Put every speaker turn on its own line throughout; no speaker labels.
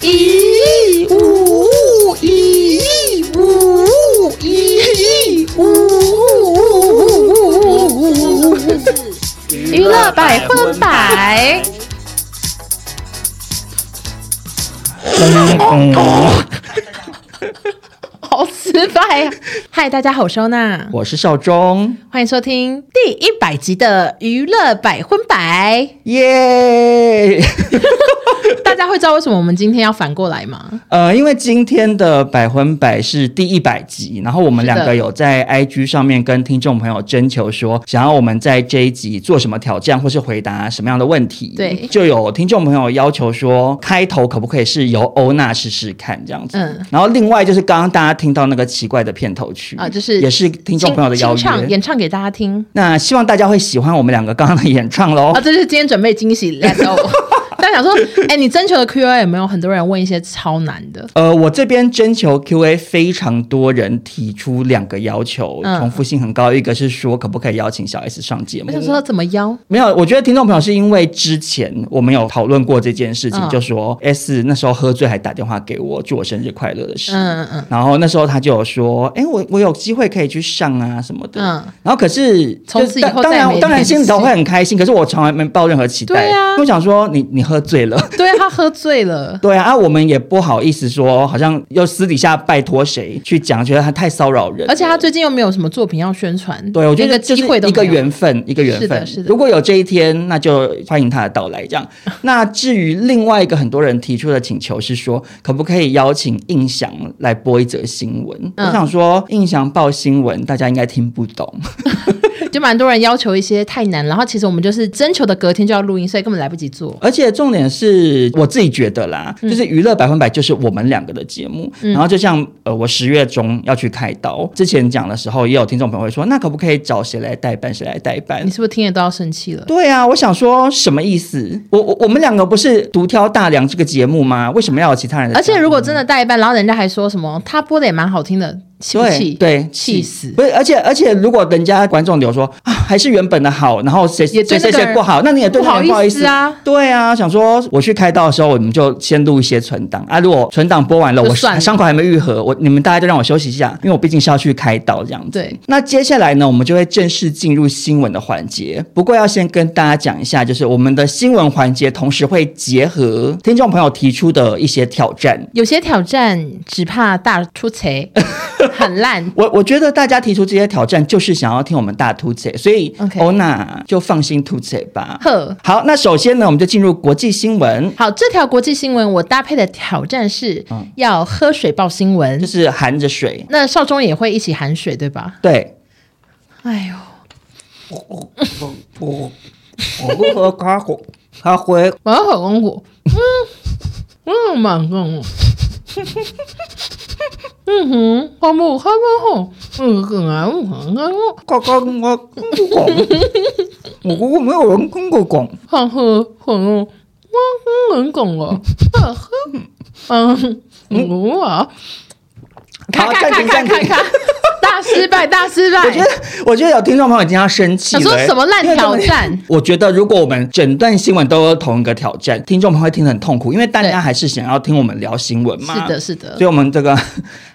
一五一五一五，娱乐百分百。好失败啊！嗨，大家好，我收纳，
我是少忠，
欢迎收听第一百集的娱乐百分百。
耶、
大家会知道为什么我们今天要反过来吗？
呃，因为今天的百分百是第一百集，然后我们
是的
两个有在 IG 上面跟听众朋友征求说，想要我们在这一集做什么挑战，或是回答什么样的问题。
对
就有听众朋友要求说，开头可不可以是由欧娜试试看这样子？
嗯
然后另外就是刚刚大家听到那个奇怪的片头曲
啊就是
也是听众朋友的邀
清清唱
约。
演唱给大家听
那希望大家会喜欢我们两个刚刚的演唱喽。
啊，这是今天准备惊喜，Let's go。大家想说，哎、你征求的 Q&A 有没有很多人问一些超难的？
呃，我这边征求 Q&A 非常多人提出两个要求，
嗯
重复性很高。一个是说可不可以邀请小 S 上节目
我？想说怎么邀？
没有，我觉得听众朋友是因为之前我们有讨论过这件事情，
嗯
就说 S 那时候喝醉还打电话给我，祝我生日快乐的事。
嗯嗯嗯，
然后那时候他就有说，哎、我我有机会可以去上啊什么的。
嗯
然后可是
从
就是
此以后
当当
再也
然
没
当然
联系
心里头会很开心，可是我从来没抱任何期待，
对啊
因为我想说你你喝醉了。。
对啊他喝醉了
对啊，啊，我们也不好意思说，好像又私底下拜托谁去讲，觉得他太骚扰人。
而且他最近又没有什么作品要宣传，
对，我觉
连
得
个
就是
机会都
一个
没有
缘分，一个缘
是
分
的是的。
如果有这一天，那就欢迎他的到来。这 样，那至于另外一个很多人提出的请求是说，可不可以邀请印象来播一则新闻？
嗯
我想说，印象报新闻，大家应该听不懂。
就蛮多人要求一些太难，然后其实我们就是征求的隔天就要录音，所以根本来不及做。
而且重点是我自己觉得啦，
嗯
就是娱乐百分百就是我们两个的节目。然后就像呃，我十月中要去开刀之前讲的时候，也有听众朋友会说，那可不可以找谁来代班？谁来代班
你？是不是听了都要生气了？
对啊，我想说什么意思？我我我们两个不是独挑大梁这个节目吗？为什么要有其他人的
而
加入？
且如果真的带一半，然后人家还说什么他播的也蛮好听的，气不
对
气？
对
气死！
不是，而且而且，如果人家观众留说啊，还是原本的好，然后谁
也
谁
对
谁
那个
谁
人
不好，那你也对
不
那个
好
人不好
意
意
思
思
啊。
对啊，想说我去开刀的时候，我们就先录一些存档啊。如果存档播完了，
就
我
算了
伤口还没愈合，我你们大家就让我休息一下，因为我毕竟是要去开刀这样子。
对，
那接下来呢，我们就会正式进入新闻的环节。不过要先跟大家讲一下，就是我们的新闻环节同时会结合听众朋友提出的一些挑战。
有些挑战只怕大出贼，很烂。
我我觉得大家提出这些挑战，就是想要听我们大突贼，所以
OK
欧娜就放心突贼吧。
呵，
好，那首先呢，我们就进入国际新闻，
好，这条国际新闻我搭配的挑战是
嗯
要喝水报新闻，
就是含着水。
那少中也会一起含水对吧？
对，
哎呦，
我我不喝咖啡，咖啡
我要火龙果，嗯，嗯，蛮公我，嗯哼，好不好不好，嗯嗯啊嗯嗯啊嗯，
刚刚我跟不懂，我我没有人跟我讲，
好喝好哦，我很公哦，呵呵，嗯，嗯啊，咔
好
咔咔
暂停
咔
暂
咔
停
咔， 大失败大失败，
我觉得我觉得有听众朋友已经要生气
想
了、
说什么烂
因为他
挑
们？
战？
我觉得如果我们整段新闻都有同一个挑战，听众朋友会听得很痛苦，因为大
对
家还是想要听我们聊新闻嘛。
是的，，是的
所。以我们这个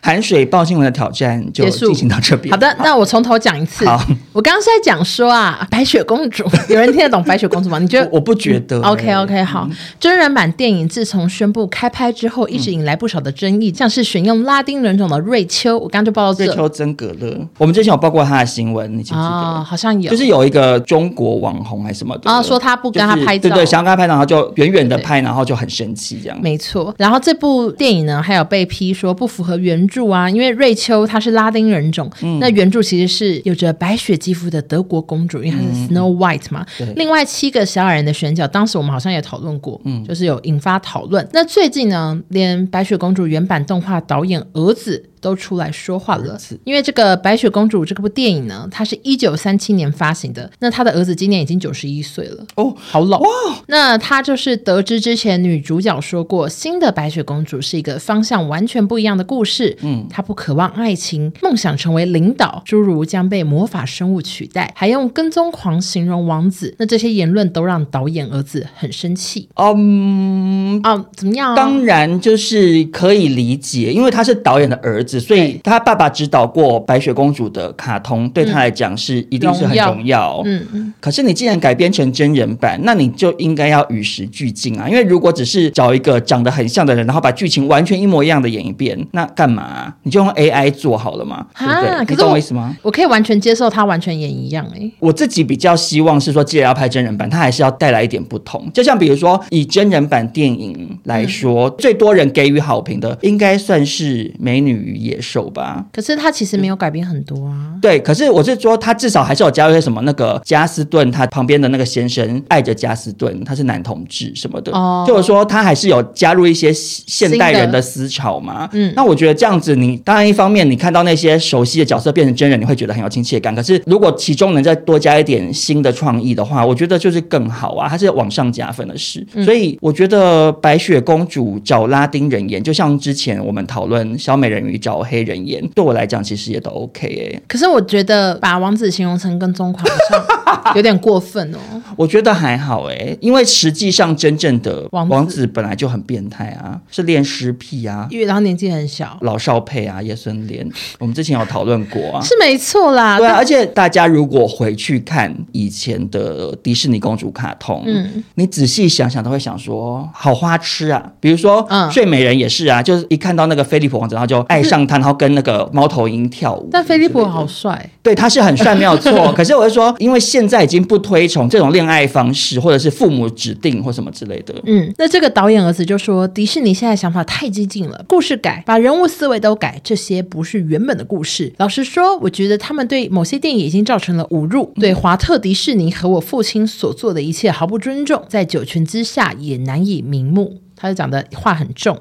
含水报新闻的挑战就
结束
进行到这边。
好的，那我从头讲一次
好。
我刚刚是在讲说啊，白雪公主，有人听得懂白雪公主吗？你觉得
我我嗯不觉得、
？OK OK，好。真人版电影自从宣布开拍之后，一
嗯
直引来不少的争议，像是选用拉丁人种的瑞秋，我刚刚就报到
瑞
这
秋曾格勒，我们之前有报过他的新闻，你记不记得？
啊，好像有
就。是有一个中国网红还是什么的
啊说他不跟他
就是
拍照
对对，想要跟他拍照，然后就远远的拍，然后就很生气这样。
没错，然后这部电影呢，还有被批说不符合原著啊，因为瑞秋她是拉丁人种，
嗯
那原著其实是有着白雪肌肤的德国公主，因为她是 Snow White 嘛。
嗯对
另外七个小矮人的选角，当时我们好像也讨论过，
嗯
就是有引发讨论。那最近呢，连白雪公主原版动画导演儿子都出来说话了。因为这个《白雪公主》这部电影呢，它是一九三七年发行的，那她的儿子今年已经九十一岁了，
哦，
好老。那他就是得知之前女主角说过，新的白雪公主是一个方向完全不一样的故事。嗯，她不渴望爱情，梦想成为领导，侏儒将被魔法生物取代，还用跟踪狂形容王子。那这些言论都让导演儿子很生气。
嗯，
啊，怎么样、啊？
当然就是可以理解，因为他是导演的儿子，所以他爸爸指导过白雪公主的卡通，对他来讲是、一定是很重
荣
要。
嗯嗯，
可是你既然改编成真人版，那你就应该要与时俱进啊！因为如果只是找一个长得很像的人，然后把剧情完全一模一样的演一遍，那干嘛啊、你就用 AI 做好了嘛，对不
啊
对？
可是
你懂
我
我意思吗？
我可以完全接受他完全演一样、欸。
我自己比较希望是说，既然要拍真人版，它还是要带来一点不同。就像比如说，以真人版电影来说，最多人给予好评的，应该算是《美女与野兽》吧。
可是他其实没有改变很多啊。
对，可是我是说，他至少还是有加入一些什么那个加斯顿，他旁边的那个先生爱着加斯顿，他是男同志什么的，
哦
就是说他还是有加入一些现代人
新的
的思潮嘛。
嗯
那我觉得这样子你，当然一方面你看到那些熟悉的角色变成真人，你会觉得很有亲切感。可是如果其中能再多加一点新的创意的话，我觉得就是更好啊，它是往上加分的事。
嗯
所以我觉得白雪公主找拉丁人演，就像之前我们讨论小美人鱼找黑人演，对我来讲其实也都 OK 哎、
可是我觉得把王子形容成跟踪狂好像有点过 分哦。
我觉得还好诶、因为实际上真正的
王
王
子
子本来就很变态啊，是恋尸癖啊，
因为然后年纪很小，
老少配啊，叶孙莲，我们之前有讨论过啊。
是没错啦。
对啊，
但
而且大家如果回去看以前的迪士尼公主卡通，
嗯
你仔细想想，都会想说好花痴啊。比如说，
嗯
睡美人也是啊，就是一看到那个菲利普王子，然后就爱上他，然后跟那个猫头鹰跳舞。
但菲利普好
帅。
帅，
对，他是很帅，没有错。可是我是说，因为现在已经不推崇这种恋爱方式，或者是父母指定或什么之类的。
嗯，那这个导演儿子就说，迪士尼现在想法太激进了，故事改，把人物思维都改，这些不是原本的故事。老实说，我觉得他们对某些电影已经造成了侮辱，对华特迪士尼和我父亲所做的一切毫不尊重，在九泉之下也难以瞑目。他就讲的话很重，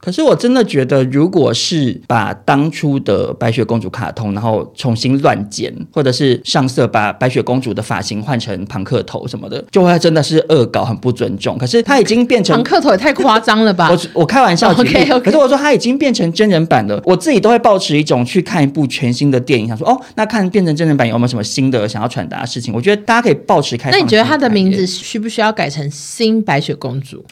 可是我真的觉得，如果是把当初的白雪公主卡通，然后重新乱剪，或者是上色把白雪公主的发型换成庞克头什么的，就会真的是恶搞，很不尊重。可是他已经变成
庞克头也太夸张了吧
我？只我开玩笑
OK，
举例
OK
可是我说它已经变成真人版了，我自己都会抱持一种去看一部全新的电影，想说哦，那看变成真人版有没有什么新的想要传达的事情？我觉得大家可以抱持开放
那你
心态
觉
耶。
得他的名字需不需要改成新白雪公主？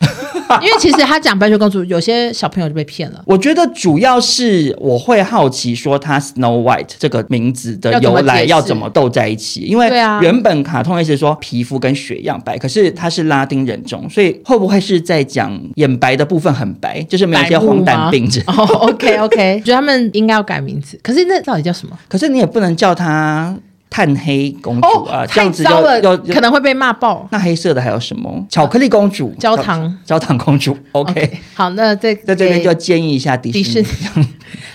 因为其实他讲白雪公主，有些小朋友就被骗了。
我觉得主要是我会好奇说它 Snow White 这个名字的由来
要
要
怎
怎
么
么斗在一起，因为
对啊
原本卡通一直说皮肤跟雪一样白，可是它是拉丁人种，所以会不会是在讲眼白的部分很白，就是没有一些
白目
黄
吗
疸病之类的
哦、o k OK，觉得他们应该要改名字。可是那到底叫什么？
可是你也不能叫她炭黑公主啊，
哦，
这
太
样子
糟
要
了，
要
可能会被骂爆。
那黑色的还有什么？巧克力公主、
焦糖、
焦糖 公主。OK，,
好，那这
在这边
给
就建议一下迪
迪士
士
尼
尼。。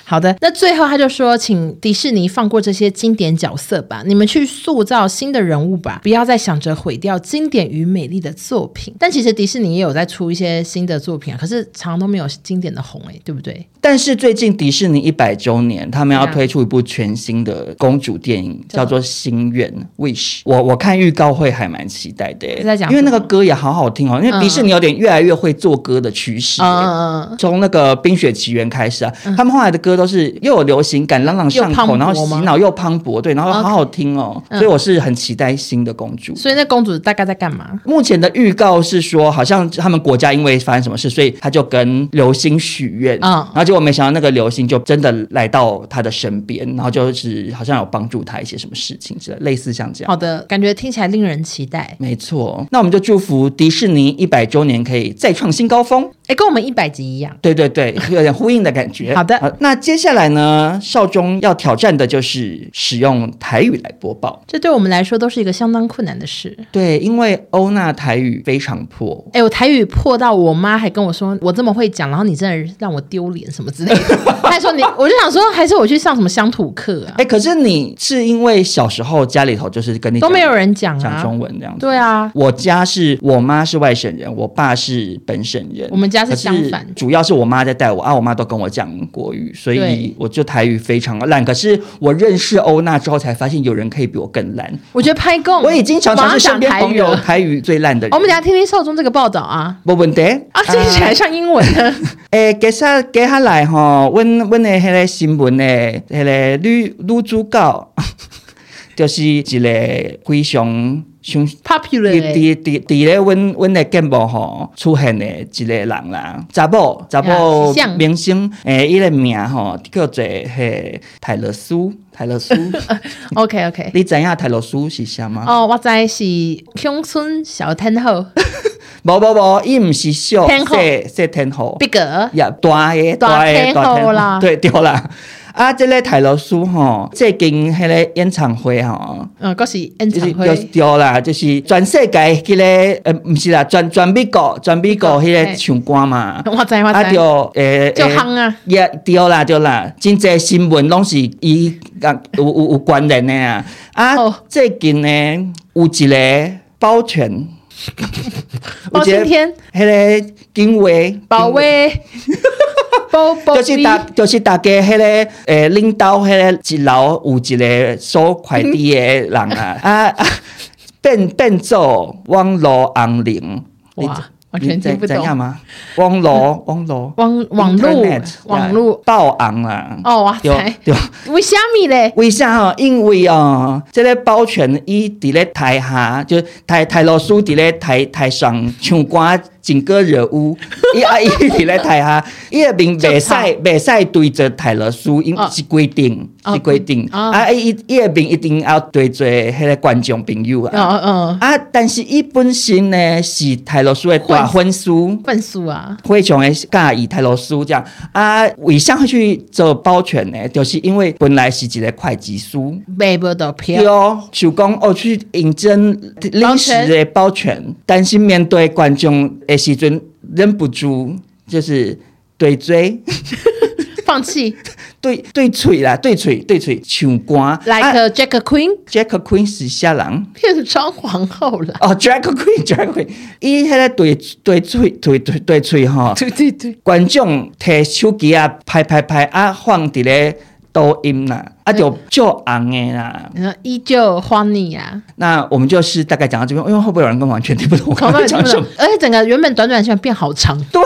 好的，那最后他就说，请迪士尼放过这些经典角色吧，你们去塑造新的人物吧，不要再想着毁掉经典与美丽的作品。但其实迪士尼也有在出一些新的作品啊，可是常常都没有经典的红哎、对不对？
但是最近迪士尼一百周年，他们要
对啊
推出一部全新的公主电影，
叫
叫做《心愿 Wish》。我我看预告会还蛮期待的耶，
是在讲
因为
什
那
么
个歌也好好听哦，因为迪士尼有点越来越会做歌的趋势耶。
嗯嗯
从那个《冰雪奇缘》开始啊，他们后来的歌都是又有流行感，朗朗上
又磅礴
口，然后
吗
洗脑又磅礴，对，然后
OK
好好听哦。
嗯
所以我是很期待新的公主
嗯，。所以那公主大概在干嘛？
目前的预告是说，好像他们国家因为发生什么事，所以他就跟流星许愿，
嗯
然后结果没想到那个流星就真的来到他的身边，然后就是好像有帮助他一些什么事情之类，类似像这样。
好的，感觉听起来令人期待。
没错，那我们就祝福迪士尼一百周年可以再创新高峰。
哎，跟我们一百集一样。
对对对，有点呼应的感觉。
好的
那接下来呢，少中要挑战的就是使用台语来播报。
这对我们来说都是一个相当困难的事。
对，因为欧娜台语非常破，
哎，我台语破到我妈还跟我说我这么会讲，然后你真的让我丢脸什么之类 的。她还说你，我就想说，还是我去上什么乡土课啊
哎、？可是你是因为小时候家里头就是跟你
都
讲
没有人讲
讲
啊。
中文这样子。
对啊，
我家是我妈是外省人，我爸是本省人
我，们家家是相反
可是主要是我妈在带我啊，我妈都跟我讲国语，所以
对
我就台语非常烂。可是我认识欧娜之后，才发现有人可以比我更烂。
我觉得拍供，
我已经常常是身
嗯
边
马上讲台
朋
语
友
了
台语最烂的人。
我们等一下听听少中这个报道啊。
没问题
啊，
哎
听起来像英文 的，
诶，接下接下来吼，阮阮的迄个新闻的迄个女女主角， 就是一个非常想。
popular
伫
欸、
伫伫伫咧阮阮的节目吼出现的一个人啦，查某查
呀
某
是谁
明星，诶，伊个名吼叫做嘿泰勒苏，泰勒 苏，
OK OK。
你知影泰勒苏是啥吗？
哦，我知道是乡村小天后，
无无无，伊毋是小
天后
说说天后。
毕格
呀，大个
大
个
天后啦
对对啦。啊，即个泰罗斯吼，最近迄个演唱会吼，
嗯，嗰是演
就
唱
是
会
就，对啦，就是全世界迄、个，呃，毋是啦，全全美国全美国迄个
嘿
唱歌嘛，
我知我
啊
知，
就诶
就夯啊，
也对啦，对啦，真侪新闻拢是伊甲有有有关联的啊！啊，
哦
最近呢有一个包全，
包青天、
迄个警卫
宝 威、包包
就是大就是大家迄、个诶、呃领导迄个一楼有一个收快递的人 啊啊啊，变变做网络红人，你知
哇，完全听不
你知知影
懂。
吗？网络网络
网网络
Internet，
网
啊
络，
爆红啊！
哦，哇
对
塞，
对，
为虾米嘞？
为啥吼？因为哦，即、个包全伊伫咧台下，就是台台老师伫咧台台上唱歌，整个热 舞，伊啊伊伫咧台下，伊个面袂使袂使对着台老师，因
哦
是规定、
哦
是规定，
哦
啊伊伊个面一定要对着迄个观众朋友
哦
啊。
哦，
啊！但是伊本身呢是台老师的大粉丝，
笨叔啊，
非常的喜意泰罗斯这样啊，为啥会去做包全呢？就是因为本来是一个会计师，
卖不到
对
票，
哦，就讲哦去应征临时的包全，但是面对观众的时阵忍不住就是对嘴
放弃
对对嘴啦，对嘴对嘴唱歌
，like
啊
a Jack Queen
Jack Queen 是啥人？
变装皇后了。
哦，Jack Queen，Jack Queen，伊迄个对对嘴对对对嘴吼。
对对对，
观众摕手机啊拍拍拍啊放伫咧抖音啦，啊就就红诶啦。
然后依旧欢你啊，
那我们就是大概讲到这边，因为会不会有人跟完全听不懂我
我
刚才
听
讲
不
什
懂
么？，
而且整个原本短短的新闻变好长，
对，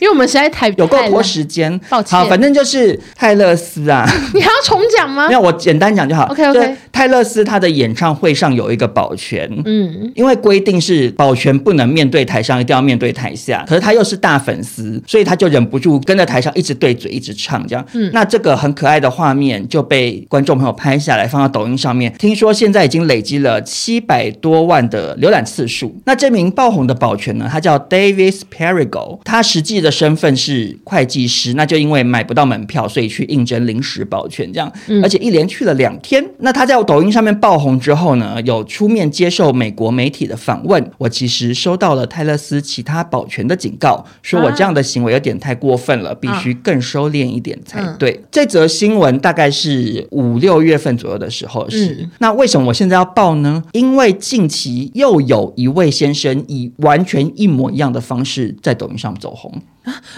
因为我们实在太
有够
太
拖
烂
时间。
抱歉
好，反正就是泰勒斯啊，
你还要重讲吗
没？有我简单讲就好。
啊 OK，OK
就是泰勒斯他的演唱会上有一个保全，
嗯，
因为规定是保全不能面对台上，一定要面对台下。可是他又是大粉丝，所以他就忍不住跟着台上一直对嘴，一直唱这样。嗯，那这个很可爱的画面就被观众朋友拍下来，放到抖音上面。听说现在已经累积了七百多万的浏览次数。那这名爆红的保全呢，他叫 Davis Perigo，他实际的身份是会计师，那就因为买不到门票，所以去应征临时保全这样。而且一连去了两天。那他在抖音上面爆红之后呢，有出面接受美国媒体的访问。我其实收到了泰勒斯其他保全的警告，说我这样的行为有点太过分了，必须更收敛一点才对。这则新闻大概是五六月份左右的时候是。那为什么我现在要爆呢？因为近期又有一位先生以完全一模一样的方式在抖音上走红。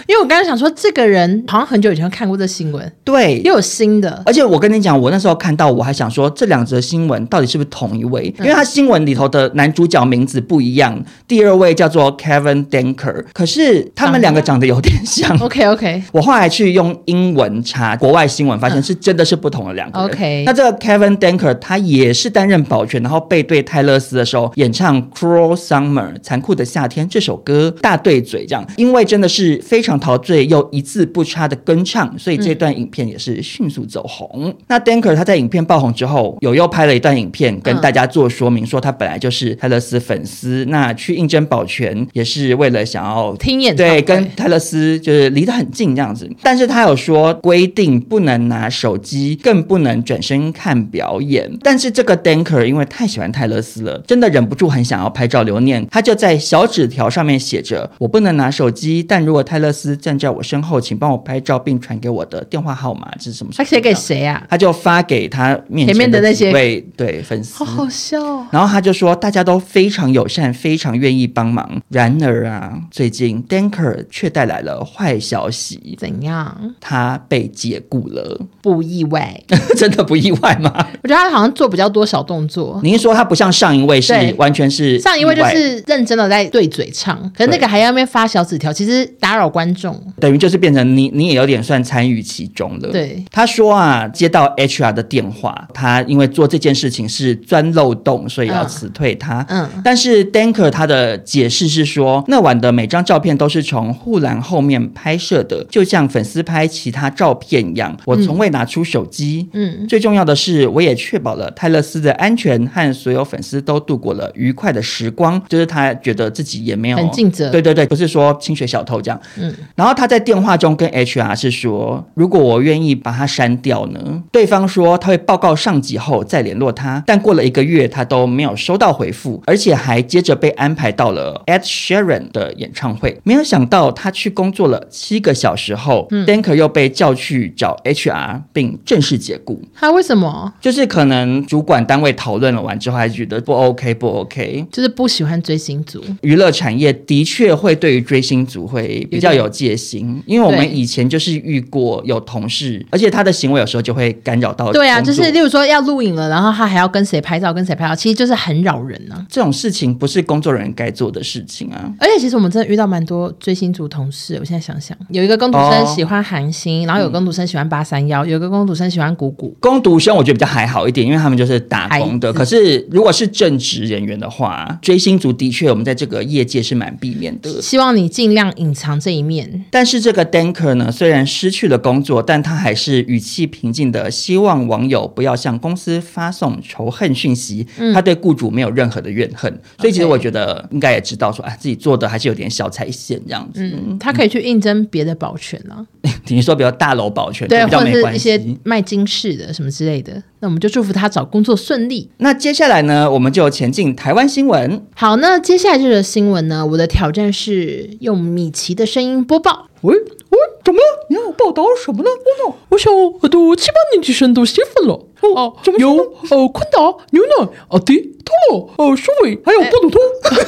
因为我刚刚想说，这个人好像很久以前看过这新闻，
对，
又有新的，
而且我跟你讲，我那时候看到，我还想说这两则新闻到底是不是同一位？因为他新闻里头的男主角名字不一样，第二位叫做 Kevin Danker，可是他们两个长得有点像。
OK OK，
我后来去用英文查国外新闻，发现是真的是不同的两个人。
OK
那这个 Kevin Danker 他也是担任保全，然后背对泰勒斯的时候演唱《Cruel Summer》残酷的夏天这首歌，大对嘴这样，因为真的是非常陶醉又一字不差的跟唱，所以这段影片也是迅速走红。
嗯
那 Danker 他在影片爆红之后，有又拍了一段影片跟
嗯
大家做说明，说他本来就是泰勒斯粉丝，那去应征保全也是为了想要
听演唱
对，
会
跟泰勒斯就是离得很近这样子。但是他有说规定不能拿手机，更不能转身看表演。但是这个 Danker 因为太喜欢泰勒斯了，真的忍不住很想要拍照留念，他就在小纸条上面写着：“我不能拿手机，但如果泰勒斯站在我身后，请帮我拍照并传给我的电话号码，这是什么？”
他写给？谁啊？
他就发给他面
前面的那些
几位对粉丝
好。好笑哦！
然后他就说，大家都非常友善，非常愿意帮忙。然而啊，最近 Danker 却带来了坏消息，
怎样？
他被解雇了，
不意外。
真的不意外吗？
我觉得他好像做比较多小动作。
您说他不像上一位是
对
完全是
上一位就
意外
是认真的在对嘴唱，可是那个还要那边发小纸条，其实打扰观众。
等于就是变成你，你也有点算参与其中了。
对，
他说啊，接到 HR 的电话，他因为做这件事情是钻漏洞，所以要
嗯
辞退他。
嗯
但是 Danker 他的解释是说，那晚的每张照片都是从护栏后面拍摄的，就像粉丝拍其他照片一样，我从未拿出手机。
嗯，
最重要的是，我也确保了泰勒斯的安全和所有粉丝都度过了愉快的时光。就是他觉得自己也没有
很尽责
哦对对对，不是说清水小偷这样。
嗯
嗯，然后他在电话中跟 HR 是说，如果我愿意把他删掉呢？对方说他会报告上级后再联络他，但过了一个月他都没有收到回复，而且还接着被安排到了 Ed Sheeran 的演唱会。没有想到他去工作了七个小时后、d
嗯
a n k e r 又被叫去找 HR 并正式解雇。
他为什么
就是可能主管单位讨论了完之后，还觉得不 OK 不 OK。
就是不喜欢追星族？
娱乐产业的确会对于追星族会比较有戒心，因为我
对
们以前就是遇过有同事，而且他的行为有时候就会干扰到
对啊，
工
就
作
是例如说要录影了，然后他还要跟谁拍照，跟谁拍照，其实就是很扰人呢、
这种事情不是工作人员该做的事情啊。
而且其实我们真的遇到蛮多追星族同事，我现在想想，有一个工读生
哦
喜欢韩星，然后有个工读生喜欢八三幺，有一个工读生喜欢谷谷，
工读生我觉得比较还好一点，因为他们就是打工的。
孩子
可是如果是正职人员的话，追星族的确我们在这个业界是蛮避免的。
希望你尽量隐藏这一面。
但是这个 Danker 呢，虽然失去了工作，但他还是语气平静的，希望网友不要向公司发送仇恨讯息。他对雇主没有任何的怨恨，所以其实
嗯 OK
我觉得应该也知道说，啊，自己做的还是有点小踩线这样子。
嗯，他可以去应征别的保全啊，
你说比较大楼保全
对，
嗯比较
或者
没
是一
关
些
系。
卖金饰的什么之类的。那我们就祝福他找工作顺利。
那接下来呢，我们就前进台湾新闻。
好，那接下来这则新闻呢，我的挑战是用米奇的声音播报。
喂喂，怎么了？你要报道什么呢？ 哦 no！
我想我都七八年级生都兴奋了。哦，
怎么
有
兴
呃昆达、牛奶、阿迪、托洛、呃舒伟，还有布鲁托，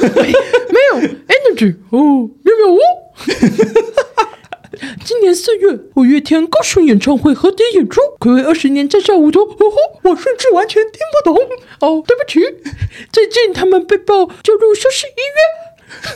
没有 energy 哦，妙妙屋。 今年四月，五月天高雄演唱会合体演出，暌违二十年站上舞台，哦吼，我甚至完全听不懂。哦，对不起，最近他们被曝加入消失医院，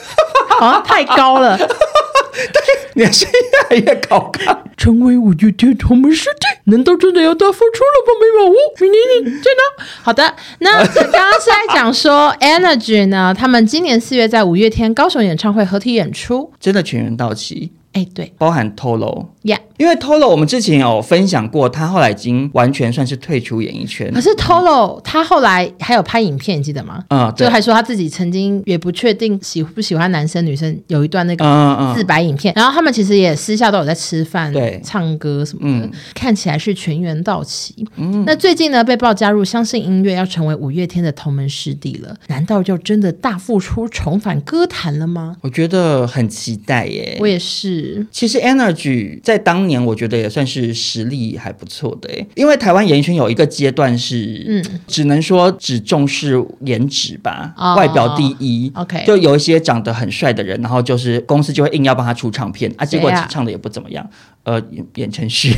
好像哦太高了，
你的声音越来越高亢。
成为五月天同门师弟，难道真的要大放出了吗？美满屋，明年你在哪？
好的，那这刚刚是在讲说 Energy 呢，他们今年四月在五月天高雄演唱会合体演出。
真的全员到齐，
哎，对
包含透露。
呀
因为 Tolo 我们之前有分享过，他后来已经完全算是退出演艺圈
可。是 Tolo 他后来还有拍影片，你记得吗？
嗯，对
就，还说他自己曾经也不确定喜不喜欢男生女生，有一段那个
嗯嗯
自
嗯，
白影片，然后他们其实也私下都有在吃饭、
对
唱歌什么的，
嗯
看起来是全员到齐。那最近呢，被曝加入相信音乐，要成为五月天的同门师弟了，难道就真的大复出重返歌坛了吗？
我觉得很期待耶
我。也是，
其实 Energy 在当年，我觉得也算是实力还不错的耶，因为台湾演艺圈有一个阶段是，
嗯
只能说只重视颜值吧，
哦
外表第一。
，OK，
就有一些长得很帅的人，然后就是公司就会硬要帮他出唱片啊，结果
谁啊
唱的也不怎么样，呃，演演程序。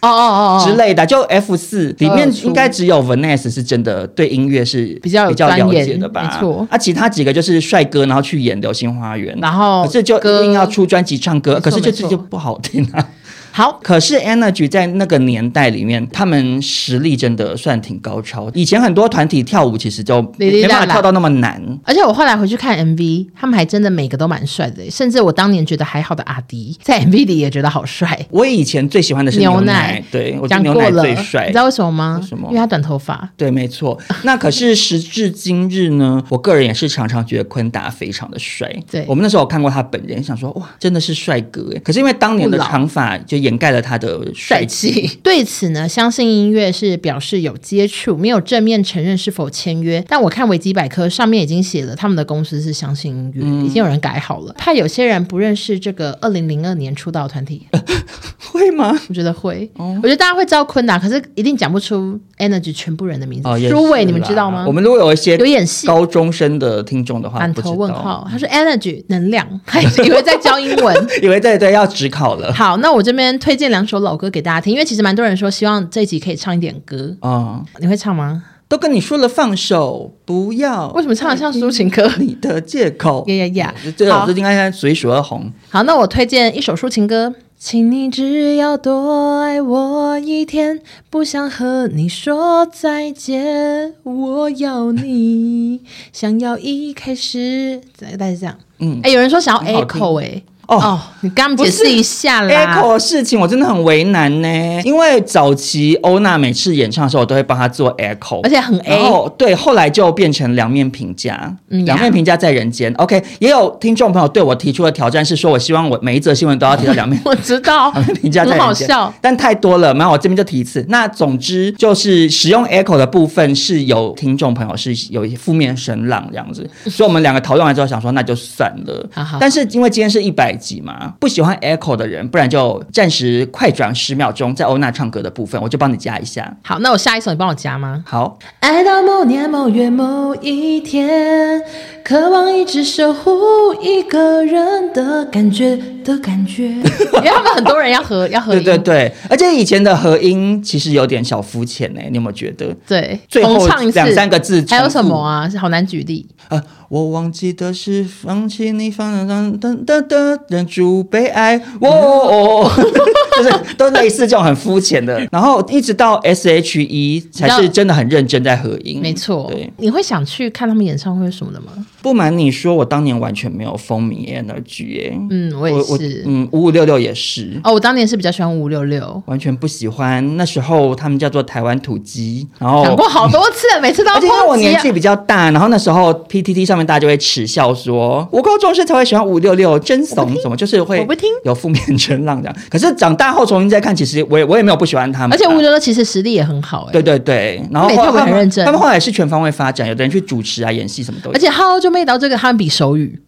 哦哦哦哦，
之类的，就 F 四里面
二出
应该只有 Vanessa 是真的对音乐是
比较有
比较
钻
了
研
解的吧？
没错
啊，其他几个就是帅哥，然后去演《流星花园》，
然后
可是哦就
哦歌
硬要出专辑唱歌，
没错
可是就
没错
就不好听啊。
好。
可是 Energy 在那个年代里面，他们实力真的算挺高超。以前很多团体跳舞其实就
哩哩啦
没办
啦
法跳到那么难。
而且我后来回去看 MV，他们还真的每个都蛮帅的，甚至我当年觉得还好的阿迪，在 MV 里也觉得好帅。
我以前最喜欢的是
牛
牛
奶
对我觉
讲
得牛
过
奶
了，
最帅。
你知道为什么吗？
为什么
因为他短头发。
对，没错。那可是时至今日呢，我个人也是常常觉得昆达非常的帅。
对
欸我们那时候有看过他本人，想说哇，真的是帅哥哎。可是因为当年的
不老
长发就掩盖了他的
帅
帅气。
气。对此呢，相信音乐是表示有接触，没有正面承认是否签约。但我看维基百科上面已经写了，他们的公司是相信音乐，
嗯
已经有人改好了，怕有些人不认识这个二零零二年出道的团体。
会 吗？
我觉得会，
哦
我觉得大家会知道昆达，可是一定讲不出 Energy 全部人的名字。
哦，也是
舒伟，你们
啦
知道吗？
我们如果有一些
有演戏
高中生的听众的话，
满
不知
头
道
问，号，他说 energy 能量， 他以为在教英文。
以为对对要职 考 了
好，那我这边推荐两首老歌给大家听，因为其实蛮多人说希望这一集可以唱一点歌，
啊、嗯
你会唱吗？
都跟你说了放手，不要
为什么唱的像抒情歌？
你的借口。
呀呀呀！
这
好
首最近应该数一数二红。
好，那我推荐一首抒情歌。请你只要多爱我一天，不想和你说再见，我要你，想要一开始，大概是这样。
嗯
哎、有人说想要
很好听
echo 哎、
哦
你跟他们解
不
释
是
一下啦。
echo 的事情我真的很为难呢，因为早期欧娜每次演唱的时候，我都会帮她做 echo，
而且很 A
然后对，后来就变成两面评价，
嗯呀
两面评价在人间。OK，也有听众朋友对我提出的挑战是说，我希望我每一则新闻都要提到两面
我知 道，
好像 评价在
很好
人间
笑。
但太多了，那我这边就提一次。那总之就是使用 echo 的部分是有听众朋友是有一些负面声浪这样子，所以我们两个讨论完之后想说那就算了。
好好好
但是因为今天是一百集嘛，不喜欢 echo 的人，不然就暂时快转十秒钟，在欧娜唱歌的部分，我就帮你加一下。
好，那我下一首你帮我加吗？
好，
爱到某年某月某一天，渴望一直守护一个人的感觉的感觉。 因为他们很多人要合要合
对
音，
对对，而且以前的合音其实有点小肤浅欸呢，你有没有觉得？
对
最后
重唱一次
两三个字
还有
重
什
复
么啊？好难举例。
啊，我忘记的是放弃你，放让等等等，忍住悲哀。哇哦， 就是都类似这种很肤浅的， 然后一直到 S H E 才是真的很认真在合音。
没错
对，，
你会想去看他们演唱会什么的吗？
不瞒你说，我当年完全没有风靡 energy 耶、
嗯，我也
我我
是。
嗯，五五六六也是。
哦，我当年是比较喜欢五六六，
完全不喜欢，那时候他们叫做台湾土鸡，然
讲
后
过好多次了，每次都要
哦而且因为
抨
我
击
年
啊。
纪比较大，然后那时候 PTT 上面大家就会耻笑说，我高中生才会喜欢五六六，真怂，怎么就是会
我不听
有负面声浪这样。可是长大后重新再看，其实我也我也没有不喜欢他们啊，
而且五六六其实实力也很好哎、
对对对，然后
每
后
天我
他
很认
们
真
他们后来是全方位发展，有的人去主持啊、演戏什么都有。
而且好久没到这个他们比手语，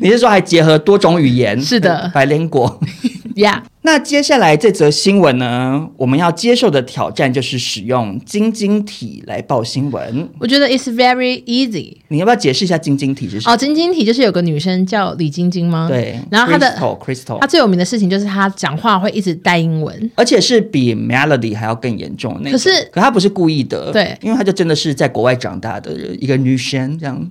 你是说还结合多种语言？
是的
白莲果。
呀、
那接下来这则新闻呢，我们要接受的挑战就是使用晶晶体来报新闻。
我觉得 it's very easy。
你要不要解释一下晶晶体是什么？
哦，晶晶体就是有个女生叫李晶晶吗？
对，
哦然后她的
Crystal Crystal，
她最有名的事情就是她讲话会一直带英文。
而且是比 Melody 还要更严重的那
可
种。
是
可她不是故意的，
对
因为她就真的是在国外长大的一个女生，这样。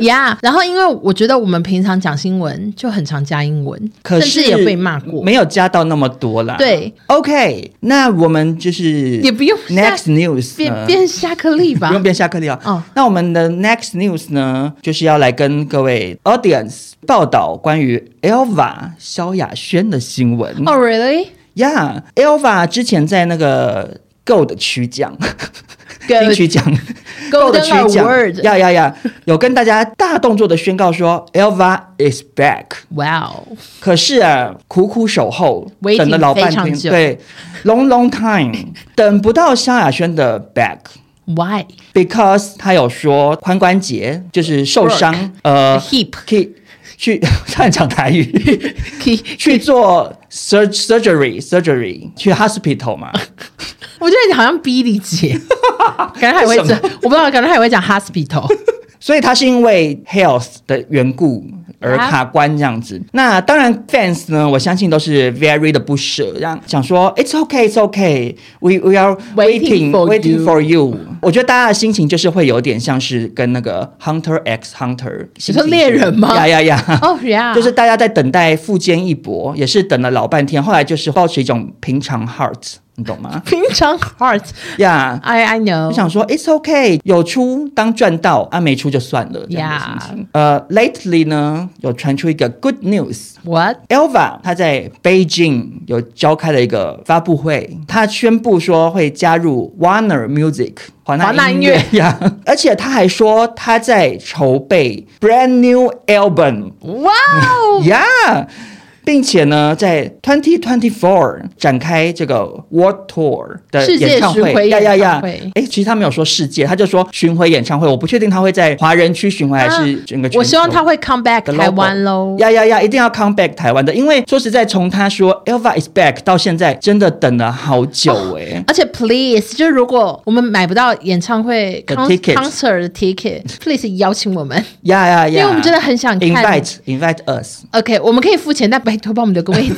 呀、然后因为我觉得我们平常讲新闻就很常加英文，
可
甚
是
至也被骂过。
没有加到那么多啦。
对
，OK，那我们就是
也不用下
next news
变
呢
变夏克力吧
呃不用， 变下课了。
哦
那我们的 next news 呢，就是要来跟各位 audience 报道关于 Elva 萧亚轩的新闻。
哦、r e a l l y
呀、Elva 之前在那个 Gold 区奖，金曲
Golden
奖。够的
Golden
曲奖
Award，
呀呀呀，有跟大家大动作的宣告说，Elva is back。
哇哦，
可是啊，苦苦守候
Waiting，
等了老半
非常
天，
久
对，long long time，等 不到萧亚轩的 back。
why
Because 他有说髋关节就是受伤， 呃
hip
可以去 擅长台语
key？
去做 sur surgery surgery 去 hospital 嘛，
我觉得你好像逼你 姐，感觉还会
为什
讲
么，
我不知道，感觉还会讲 hospital。
所以他是因为 health 的缘故而
啊
卡关这样子。那当然，fans 呢，我相信都是 very 的不舍，让想说 it's okay, it's okay, we we are
Waiting
waiting
for
waiting
you
for you。我觉得大家的心情就是会有点像是跟那个 Hunter x Hunter，
你说猎人吗
呀 呀呀！
哦呀，
就是大家在等待富坚义博，也是等了老半天，后来就是抱持一种平常 heart，你懂吗？
平常 heart。
呀、
I I know，
我想说，it's okay，有出当赚到，啊没出就算了这样的
Yeah
心情。呃，lately 呢，有传出一个 good news。
what
Elva 她在 Beijing 有召开了一个发布会，她宣布说会加入 Warner Music
华
华
纳
纳
音
音
乐
乐呀， 而且她还说她 在筹备 brand new album
哇哦，
呀、并且呢，在 Twenty Twenty Four 展开这个 World Tour 的
世界
演唱
巡回
会，呀呀
演
呀
唱会！
哎，其实他没有说世界，他就说巡回演唱会。我不确定他会在华人区巡回还是整个全球。
啊我希望他会 come back
的 logo
台湾喽。
呀呀呀！一定要 come back 台湾的，因为说实在，从他说 Elva is back 到现在，真的等了好久哎、
而且，please，就是如果我们买不到演唱会
的
con-
tickets
concert 的 ticket，please 邀请我们。
呀呀呀！
因为我们真的很想看
invite invite us
OK，我们可以付钱，但拜托帮我们留个位 置，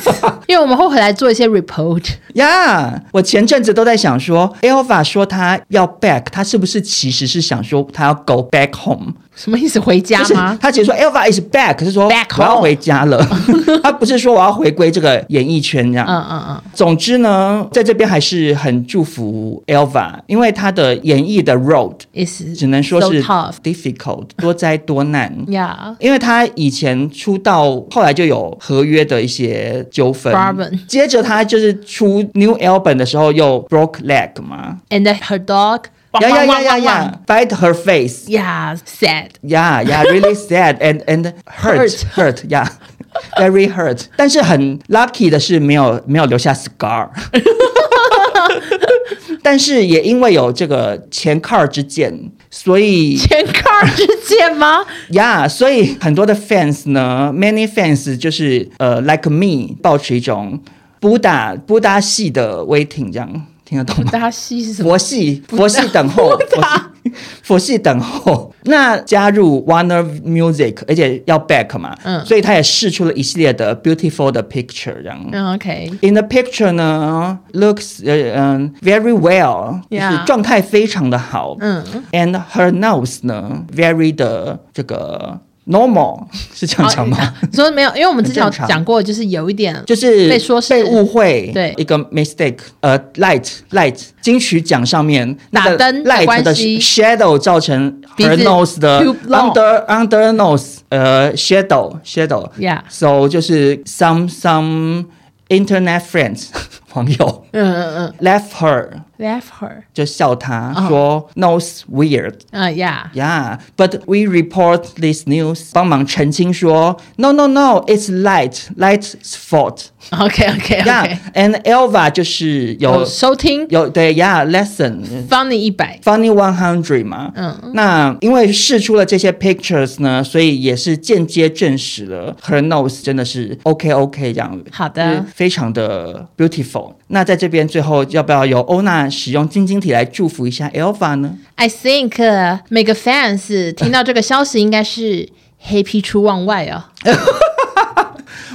因为我们会回来做一些 report。
呀我前阵子都在想说，Elva 说她要 back，她是不是其实是想说她要 go back home？
什么意思？回家
就是
吗？
她其实说 Elva is back，是说
Back
我要
home
回家 了，她不是说我要回归这个演艺圈这样。
嗯嗯嗯，
总之呢，在这边还是很祝福 Elva，因为她的演艺的 road
意思
只能说是
so tough。
difficult，多灾多难。
Yeah，
因为他以前出道，后来就有合约的一些纠纷
Problem。
接着他就是出 New Album 的时候又 broke leg 嘛，
and then her dog，
呀呀呀呀呀，bite her face。
，Yeah，sad。
Yeah, yeah, really sad and and hurt, hurt, yeah, very hurt. 但是很 lucky 的是没有没有留下 scar，但是也因为有这个前 car 之见，所以
前 car 之见 吗？
呀所以很多的 fans 呢，many fans 就是呃，like me，抱持一种布达布达系的 waiting，这样听得懂吗？
大家戏是什么？
佛系佛系等候，佛系佛系等候。那加入 Warner Music，而且要 back 嘛，
嗯
所以他也试出了一系列的 beautiful 的 picture，这样。
嗯，OK，
In the picture 呢，looks 呃嗯 very well，
Yeah
就是状态非常的好。
嗯
，and her nose 呢，very 的这个 normal 是这样讲吗？
好你说没有，因为我们之前有
很正常
讲过，就是有一点
就是
被说是
被误会，
对
一个 mistake，呃，light light 金曲奖上面那
打
个
灯的
light 的
关系
shadow 造成
鼻
her
子
nose 的
too long
under under nose 呃 shadow shadow
Yeah
so 就是 some some internet friends 网友
嗯嗯
left her
嗯，left her，
就笑她
哦
说 nose weird
嗯，Yeah，
Yeah, but we report this news. 帮忙澄清说，No, no, no, it's light, light's fault.
OK OK
Yeah,
OK，
and Elva 就是有
收听
有对 Yeah lesson。
Funny 一百，
Funny One Hundred 嘛，
嗯，
那因为试出了这些 pictures 呢，所以也是间接证实了 her nose 真的是 OK OK 这样，
好的
就是非常的 beautiful。那在这边最后要不要由欧娜使用晶晶体来祝福一下 Elva 呢？
I think、每 uh, 个 fans 听到这个消息应该是 Happy 出望外哦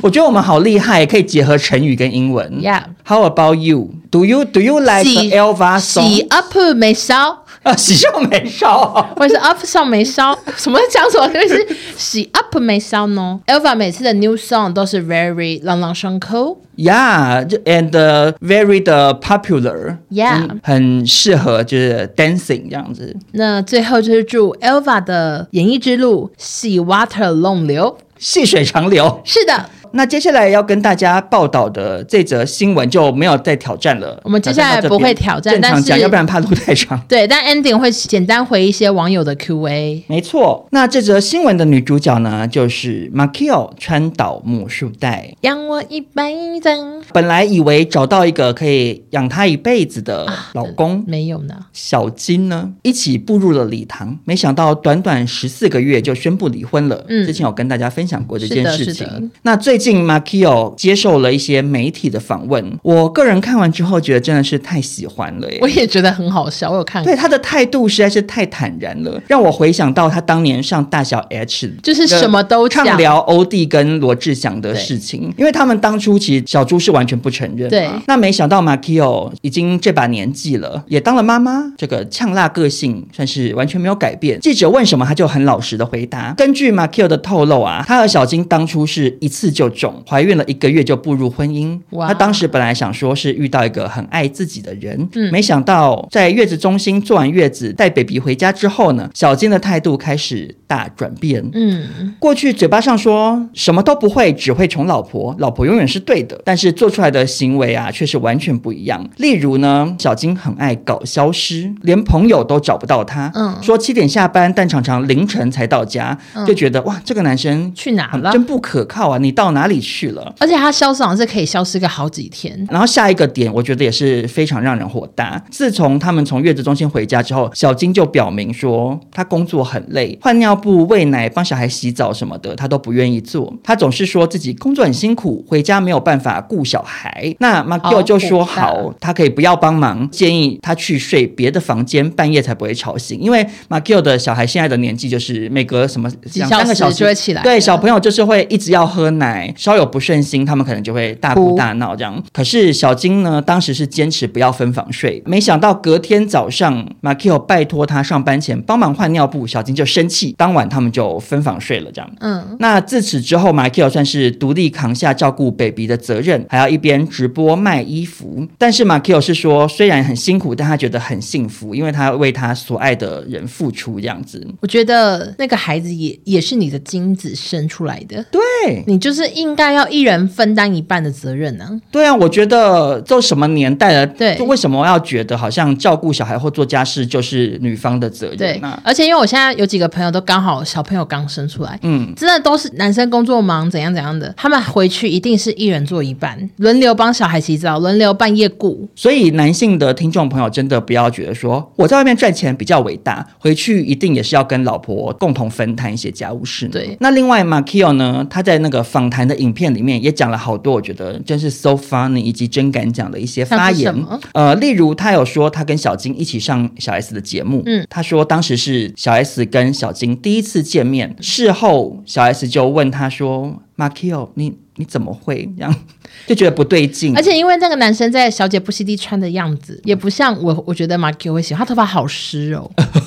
我觉得我们好厉害，可以结合成语跟英文。
，Yeah，
How about you? Do you do you like
喜
Elva
喜
song？
up 没烧，
啊，喜笑眉梢啊。
或者是 up 上没烧， 什么讲什么？可以是喜 up 没烧呢？Elva 每次的 new song 都是 very 朗朗上口。
Yeah, and uh, very 的 popular.
Yeah.
嗯很适合就是 dancing 这样子。
那最后就是祝 Elva 的演艺之路洗 water 龙流。
细水 长流。
是的，
那接下来要跟大家报道的这则新闻就没有再挑战了。
我们接下来不会挑战
正常
但
讲，
是
要不然怕录太长。
对，但 ending 会简单回一些网友的 Q&A。
没错，那这则新闻的女主角呢，就是 Makio 川岛木树代。
养我一百张，
本来以为找到一个可以养她一辈子的
啊
老公，
没有呢。
小金呢，一起步入了礼堂，没想到短短十四个月就宣布离婚了。
嗯
之前有跟大家分享过这件事
是的是
情
的。
那最近 Makio 接受了一些媒体的访问，我个人看完之后觉得真的是太喜欢了耶
我。也觉得很好笑，我有看过
对，他的态度实在是太坦然了，让我回想到他当年上大小 H，
就是什么都讲
畅聊欧弟跟罗志祥的事情，因为他们当初其实小猪是完全不承认嘛。
对
那没想到 Makio 已经这把年纪了，也当了妈妈，这个呛辣个性算是完全没有改变。记者问什么，他就很老实的回答。根据 Makio 的透露啊，他和小金当初是一次就中，怀孕了一个月就步入婚姻。
哇
他当时本来想说是遇到一个很爱自己的人，
嗯
没想到在月子中心做完月子带 baby 回家之后呢，小金的态度开始大转变。
嗯，
过去嘴巴上说什么都不会，只会宠老婆，老婆永远是对的，但是做出来的行为啊，却是完全不一样。例如呢，小金很爱搞消失，连朋友都找不到他，
嗯
说七点下班，但常常凌晨才到家，
嗯
就觉得哇，这个男生
去哪
很
了？
真不可靠啊！你到哪哪里去了？
而且他消失好像是可以消失个好几天。
然后下一个点，我觉得也是非常让人火大。自从他们从月子中心回家之后，小金就表明说，他工作很累，换尿布、喂奶、帮小孩洗澡什么的，他都不愿意做。他总是说自己工作很辛苦，回家没有办法顾小孩。那 m a g i o 就说
好哦火大
好，他可以不要帮忙，建议他去睡别的房间，半夜才不会吵醒。因为 m a g i o 的小孩现在的年纪就是每隔什么两
小
三个
时
小
就会起来
对
了
小朋友就是会一直要喝奶，稍有不顺心，他们可能就会大哭
哭
大闹这样。可是小金呢，当时是坚持不要分房睡，没想到隔天早上 m a k i o 拜托他上班前帮忙换尿布，小金就生气，当晚他们就分房睡了这样。
嗯，
那自此之后 m i c h a e l 算是独立扛下照顾 baby 的责任，还要一边直播卖衣服。但是 m i c h a e l 是说，虽然很辛苦，但他觉得很幸福，因为他为他所爱的人付出这样子。
我觉得那个孩子也也是你的精子生出来的，
对，
你就是应该要一人分担一半的责任呢、
对啊，我觉得都什么年代了，
对
就为什么要觉得好像照顾小孩或做家事就是女方的责
对
任啊呢、，
而且因为我现在有几个朋友都刚好小朋友刚生出来，
嗯，
真的都是男生工作忙怎样怎样的，他们回去一定是一人做一半，轮流帮小孩洗澡，轮流半夜顾。
所以男性的听众朋友真的不要觉得说我在外面赚钱比较伟大，回去一定也是要跟老婆共同分摊一些家务事。
对，
那另外 m a k i o 呢，他在那个访谈的影片里面也讲了好多，我觉得真是 so funny 以及真敢讲的一些发
像是什
言
么。
呃，例如他有说他跟小金一起上小 S 的节目，
嗯
他说当时是小 S 跟小金第一次见面，事后小 S 就问他说 m a k i o 你你怎么会这样？就觉得不对劲，
而且因为那个男生在《小姐不熙娣》穿的样子，也不像我，我觉得马 Q 会喜欢，他头发好湿 哦，不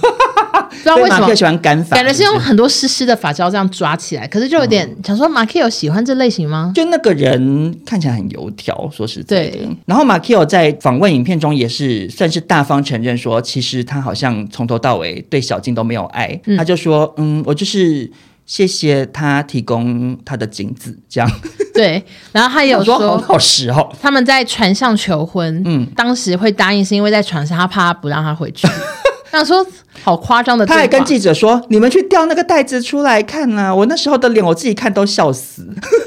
知道
所以
为什
Markio
么。
喜欢干发，
感觉是
不
用很多湿湿的发胶这样抓起来，可是就有点、
嗯
想说马 Q 有喜欢这类型吗？
就那个人看起来很油条，说实在的
对。
然后马 Q 在访问影片中也是算是大方承认说，其实他好像从头到尾对小金都没有爱，
嗯
他就说，嗯，我就是。谢谢他提供他的精子，这样
对，然后他也有
我
说
说好老实哦。
他们在船上求婚，
嗯
当时会答应是因为在船上，他怕他不让他回 去。想说好夸张的对
他
话，
还跟记者说：“你们去调那个袋子出来看啊！我那时候的脸，我自己看都笑死，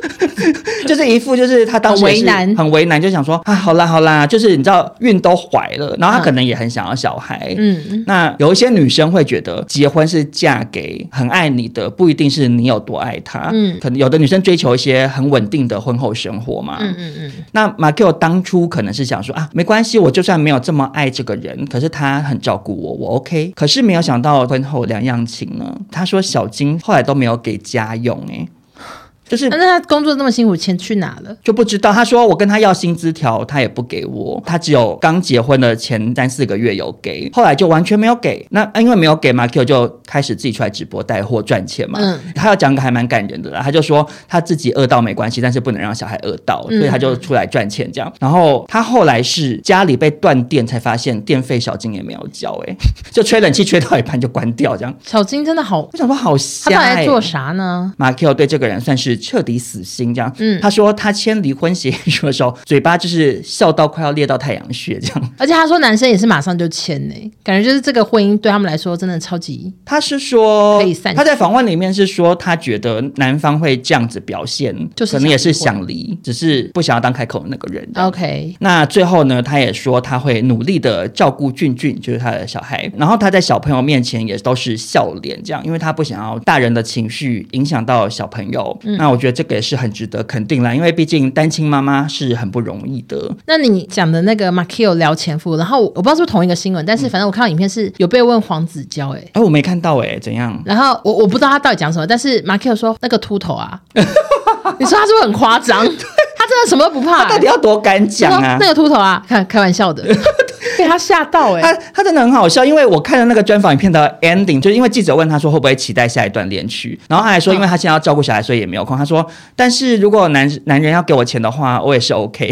就是一副就是他当时也是
很为难
很为难，就想说啊，好啦好啦，就是你知道孕都怀了，然后他可能也很想要小孩，
嗯，
那有一些女生会觉得，结婚是嫁给很爱你的，不一定是你有多爱他。
嗯
可能有的女生追求一些很稳定的婚后生活嘛。
嗯嗯嗯，
那马 Q 当初可能是想说啊，没关系，我就算没有这么爱这个人，可是他很照顾我，我 OK。可是没有想到婚后两样情呢。他说小金后来都没有给家用、欸，就是
那他工作那么辛苦，钱去哪了？
就不知道。他说我跟他要薪资条，他也不给我，他只有刚结婚的前三四个月有给，后来就完全没有给。那啊因为没有给嘛，Q 就开始自己出来直播带货赚钱嘛。
嗯
他要讲个还蛮感人的啦，他就说他自己饿到没关系，但是不能让小孩饿到，
嗯
所以他就出来赚钱这样。然后他后来是家里被断电，才发现电费小金也没有交、欸，就吹冷气吹到一半就关掉这样。
小金真的好，
我想说好
他
瞎、欸，
到底在做啥呢？
马 Q 对这个人算是彻底死心，这样。
嗯
他说他签离婚协议书的时候， 嘴巴就是笑到快要裂到太阳穴，这样。
而且他说男生也是马上就签呢、感觉就是这个婚姻对他们来说真的超级
他是说
可以散，
他在访问里面是说，他觉得男方会这样子表现，
就是
可能也是
想
想离，只是不想要当开口的那个人。
OK。
那最后呢，他也说他会努力的照顾俊俊，就是他的小孩。然后他在小朋友面前也都是笑脸这样，因为他不想要大人的情绪影响到小朋友。那我觉得这个也是很值得肯定啦，因为毕竟单亲妈妈是很不容易的。
那你讲的那个 m a k i o 聊前夫，然后我不知道是不是同一个新闻，但
嗯
是反正我看到影片是有被问黄子佼、欸，
哎，我没看到哎、怎样？
然后我我不知道他到底讲什么，但是马 Q 说那个秃头啊，你说他是不是很夸张？他真的什么都不怕、
到底要多敢
他
讲
说
啊
啊那？个秃头啊，开开玩笑的，被他吓到哎、
他欸他真的很好笑，因为我看了那个专访影片的 ending，就是因为记者问他说会不会期待下一段恋曲，然后他还说因为他现在要照顾小孩，所以也没有空。他说，但是如果男男人要给我钱的话，我也是 OK。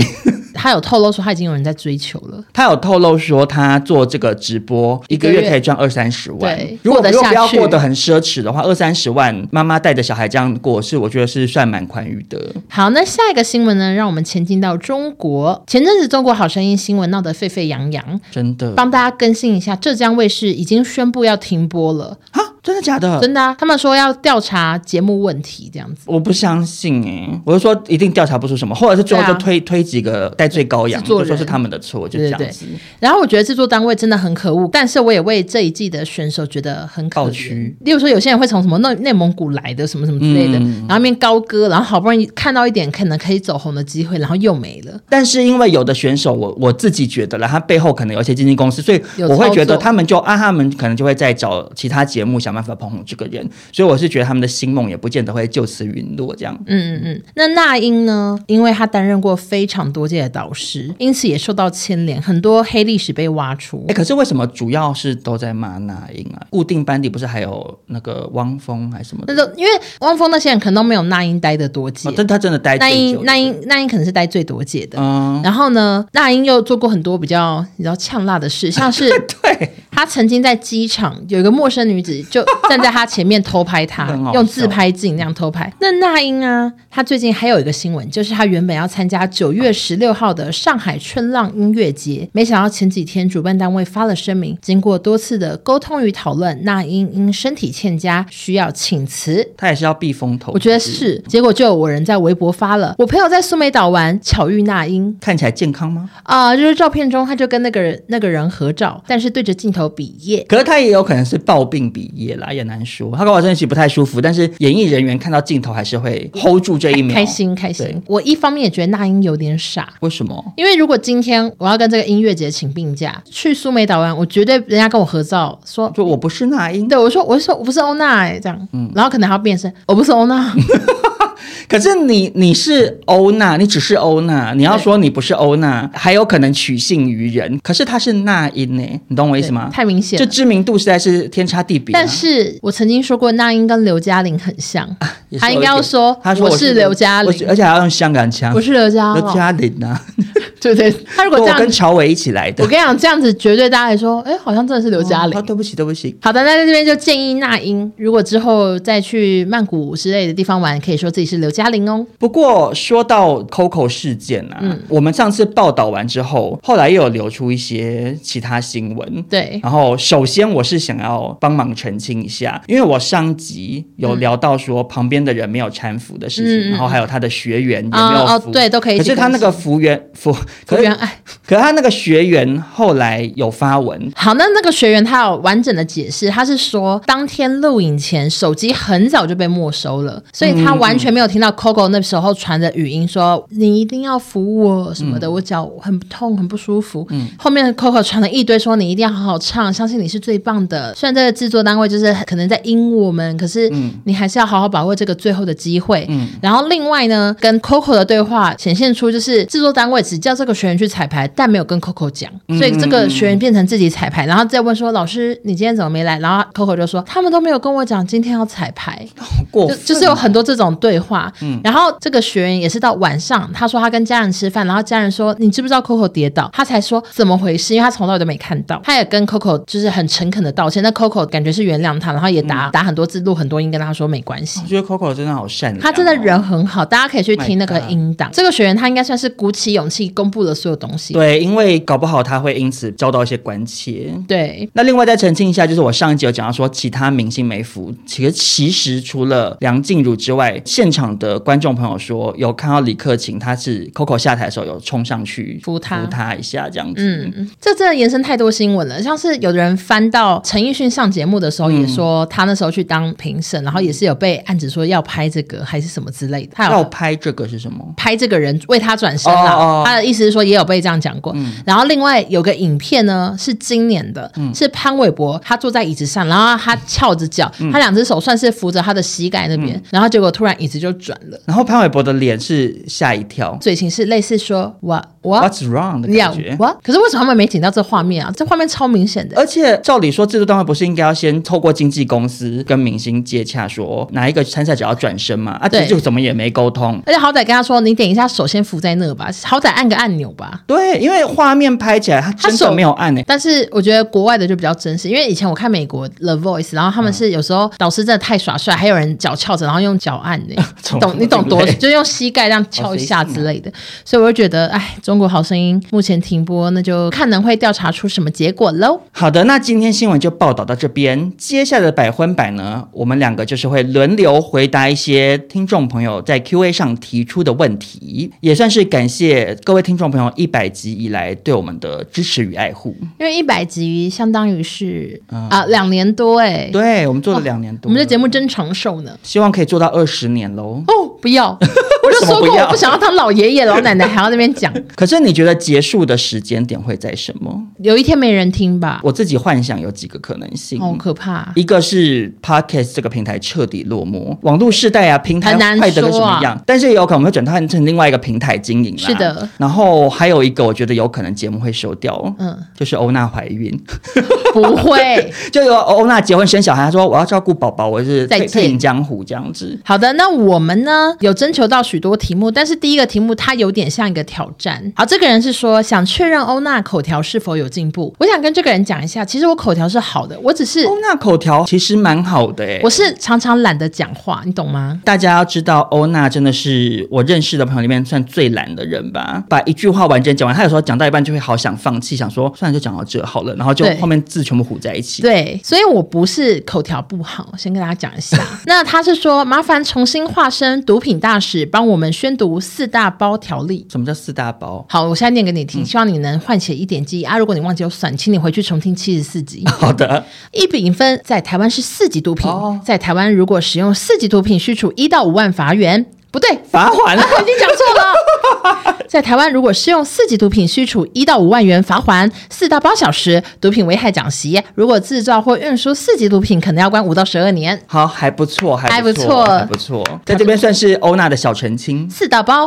他有透露说他已经有人在追求了，
他有透露说，他做这个直播一个
一个
月
月
可以赚二三十万
对。
如果
过得
如果不要
下去
过得很奢侈的话，二三十万，妈妈带着小孩这样过，是我觉得是算蛮宽裕的。
好，那下一个新闻呢？让我们前进到中国。前阵子《中国好声音》新闻闹得沸沸扬扬，
真的
帮大家更新一下，浙江卫视已经宣布要停播了。
啊，真的假的？
真的、啊，他们说要调查节目问题这样子。
我不相信哎、我就说一定调查不出什么，或者是最后
对啊
就推、推几个戴罪羔羊，
制作
就
人
说是他们的错，就这样子。
然后我觉得制作单位真的很可恶，但是我也为这一季的选手觉得很可
抱
怜
屈。嗯
例如说，有些人会从什么内内蒙古来的什么什么之类的，然后面高歌，然后好不容易看到一点可能可以走红的机会，然后又没了。
但是因为有的选手我，我自己觉得啦，他背后可能有一些经纪公司，所以
有
我会
操
觉得
作
他们就啊，他们可能就会在找其他节目想办法捧红这个人，所以我是觉得他们的星梦也不见得会就此陨落这样。
嗯嗯嗯。那那英呢？因为她担任过非常多届的导师，因此也受到牵连，很多黑历史被挖出
哎、。可是为什么主要是都在骂那英啊？固定班底不是还有那个汪峰还是什么
那
的？
就因为汪峰那些人可能都没有那英待的多届
哦，，但他真的待
那
最久
英那英那英可能是待最多届的。
嗯，
然后呢，那英又做过很多比较比较呛辣的事，像是
对，
她曾经在机场有一个陌生女子就站在她前面偷拍她
很好，笑
用自拍镜那样偷拍。那那英啊，她最近还有一个新闻，就是她原本要参加九月十六号的上海春浪音乐节，没想到前几天主办单位发了声明，经过多次的沟通与讨论，那英因身体欠佳需要请辞。
他也是要避风头，
我觉得是，结果就有我人在微博发了，我 朋友在苏梅岛玩，巧遇那英，
看起来健康吗？
啊、就是照片中他就跟那个人那个人合照，但是对着镜头比耶。
可是他也有可能是暴病比耶啦，也难说。他跟我在一起不太舒服，但是演艺人员看到镜头还是会 hold 住这一秒。
开心开心
对，
我一方面也觉得那英有点傻，
为什么？
因为如果今天我要跟这个音乐节请病假去苏梅岛玩，我绝对人家跟我合照说，
就我不是那英，
对我说我说我不是欧娜哎、这样，然后可能还要变身我不是欧娜，
可是你你是欧娜，你只是欧娜，你要
对
说你不是欧娜，还有可能取信于人。可是他是那英呢、你懂我意思吗？
太明显
这
了。
知名度实在是天差地别、啊。
但是我曾经说过，那英跟刘嘉玲很像，
也是
他
有
应
一
该要
点
说
他说
我
我
是刘嘉
我
玲
是，而且还要用香港腔
我。是刘嘉
刘
玲，
嘉玲 啊，
对对。他如果这
我
样
跟，乔伟一起来的。
我跟你讲，这样子绝对大家来说，哎，好像真的是刘嘉玲
哦。对不起，对不起，
好的，那在这边就建议那英，如果之后再去曼谷之类的地方玩，可以说自己是刘嘉玲哦。
不过说到 Coco 事件啊，
嗯
我们上次报道完之后，后来又有流出一些其他新闻。
对，
然后，首先我是想要帮忙澄清一下，因为我上集有聊到说旁边的人没有搀扶的事
嗯嗯
情，
嗯
然后还有他的学员也没有扶，
哦哦，对，都可以一
可
起
是
更新。
他那个服员服，可
学员，
是
哎，
可是他那个学员后来有发文，
好，那那个学员他有完整的解释，他是说当天录影前手机很早就被没收了，所以
嗯
他完全没有听到 Coco 那时候传的语音说、你一定要扶我什
嗯
么的，我脚很痛很不舒服。后面 Coco 传了一堆说你一定要好好唱，相信你是最棒的。虽然这个制作单位就是可能在阴我们，可是你还是要好好把握这个最后的机会。然后另外呢，跟 Coco 的对话显现出就是制作单位只叫这个学员去彩排，但没有跟 Coco 讲，所以这个学员变成自己彩排，然后再问说老师你今天怎么没来？然后 Coco 就说他们都没有跟我讲今天要彩排，
好过
就
分
就是有很多这种对话。然后这个学员也是到晚上，他说他跟家人吃饭，然后家人说你知不知道 Coco 跌倒？他才说怎么回事，因为他从来都没看到。他也跟 Coco 就是很诚恳的道歉，那 Coco 感觉是原谅他，然后也打、打很多字，录很多音跟他说没关系
我。觉得 Coco 真的好善良哦、
他真的人很好，大家可以去听那个
My God
音档。这个学员他应该算是鼓起勇气公布了所有东西。
对，因为搞不好他会因此交到一些关切。
对，
那另外再澄清一下，就是我上一集有讲到说其他明星没服，其实其实除了梁静茹之外，现场的观众朋友说有看到李克勤，他是 Coco 下台的时候有冲上去
扶她
扶他一下这样子。
嗯，这真的延伸太多新闻了。像是有的人翻到陈奕迅上节目的时候，也说他那时候去当评审，然后也是有被暗指说要拍这个还是什么之类的。他
要
有
拍这个是什么？
拍这个人为他转身啦、
哦哦哦嗯
他的意思是说也有被这样讲过。然后另外有个影片呢，是今年的，是潘玮柏他坐在椅子上，然后他翘着脚，
嗯
他两只手算是扶着他的膝盖那边，然后结果突然椅子就转了。
然后潘玮柏的脸是吓一跳
嘴型是类似说我我
，What's wrong 的
呀
感觉。
哦我，可是为什么他们没剪到这画面啊？这画面超明显的。
而且照理说，制作单位不是应该要先透过经纪公司跟明星接洽，说哪一个参赛者要转身嘛？啊，
对
这就怎么也没沟通。
而且好歹跟他说，你点一下手先扶在那吧，好歹按个按钮吧。
对，因为画面拍起来，他真
手
的没有按诶、欸
但是我觉得国外的就比较真实，因为以前我看美国 The Voice，然后
嗯
他们是有时候导师真的太耍帅，还有人脚翘着，然后用脚按呢、欸
从
懂你懂
从
多，
累哦
就用膝盖这样翘一下之类的，所以我就觉得，哎，中中国好声音》目前停播，那就看能会调查出什么结果喽。
好的，那今天新闻就报道到这边。接下来的百分百呢，我们两个就是会轮流回答一些听众朋友在 Q&A 上提出的问题，也算是感谢各位听众朋友一百集以来对我们的支持与爱护。
因为一百集相当于是啊两年多哎、
嗯对我们做了两年
我
多了、
们这节目真长寿呢。
希望可以做到二十年喽。
哦，不要，我就说
为什么
过
不要
我不想要当老爷爷老奶奶，还要那边讲，
可是你觉得结束的时间点会在什么？
有一天没人听吧，
我自己幻想有几个可能性。
好哦可怕。
一个是 podcast 这个平台彻底落寞，网络世代啊，平台
很难
快得跟什么
说
一
啊
样，但是也有可能会转换成另外一个平台经营啦。
是的，
然后还有一个，我觉得有可能节目会收掉，
嗯
嗯，就是欧娜怀孕，
不会。
就有欧娜结婚生小孩，她说我要照顾宝宝，我是
再
退
见
退隐江湖这样子。
好的，那我们呢有征求到许多题目，但是第一个题目它有点像一个挑战。好，这个人是说想确认欧娜口条是否有进步。我想跟这个人讲一下，其实我口条是好的，我只是
欧娜口条其实蛮好的诶、
我是常常懒得讲话，你懂吗？
大家要知道，欧娜真的是我认识的朋友里面算最懒的人吧。把一句话完整讲完，她有时候讲到一半就会好想放弃，想说算了就讲到这好了，然后就
对
后面字全部糊在一起。
对，所以我不是口条不好，先跟大家讲一下。那他是说，麻烦重新化身毒品大使，帮我们宣读四大包条例。
什么叫四大包？
好，我现在念给你听，希望你能唤起一点记忆啊！如果你忘记就算，请你回去重听七十四集。
好的，
一丙酚在台湾是四级毒品，
哦
在台湾如果使用四级毒品，需处一到五万罚元。不对，
罚款 了。
我已经讲错了。在台湾，如果适用四级毒品，需处一到五万元罚款，四到八小时毒品危害奖席。如果制造或运输四级毒品，可能要关五到十二年。
好，还不错，还不
还不错
错，还不错，在这边算是欧娜的小澄清。
四到八，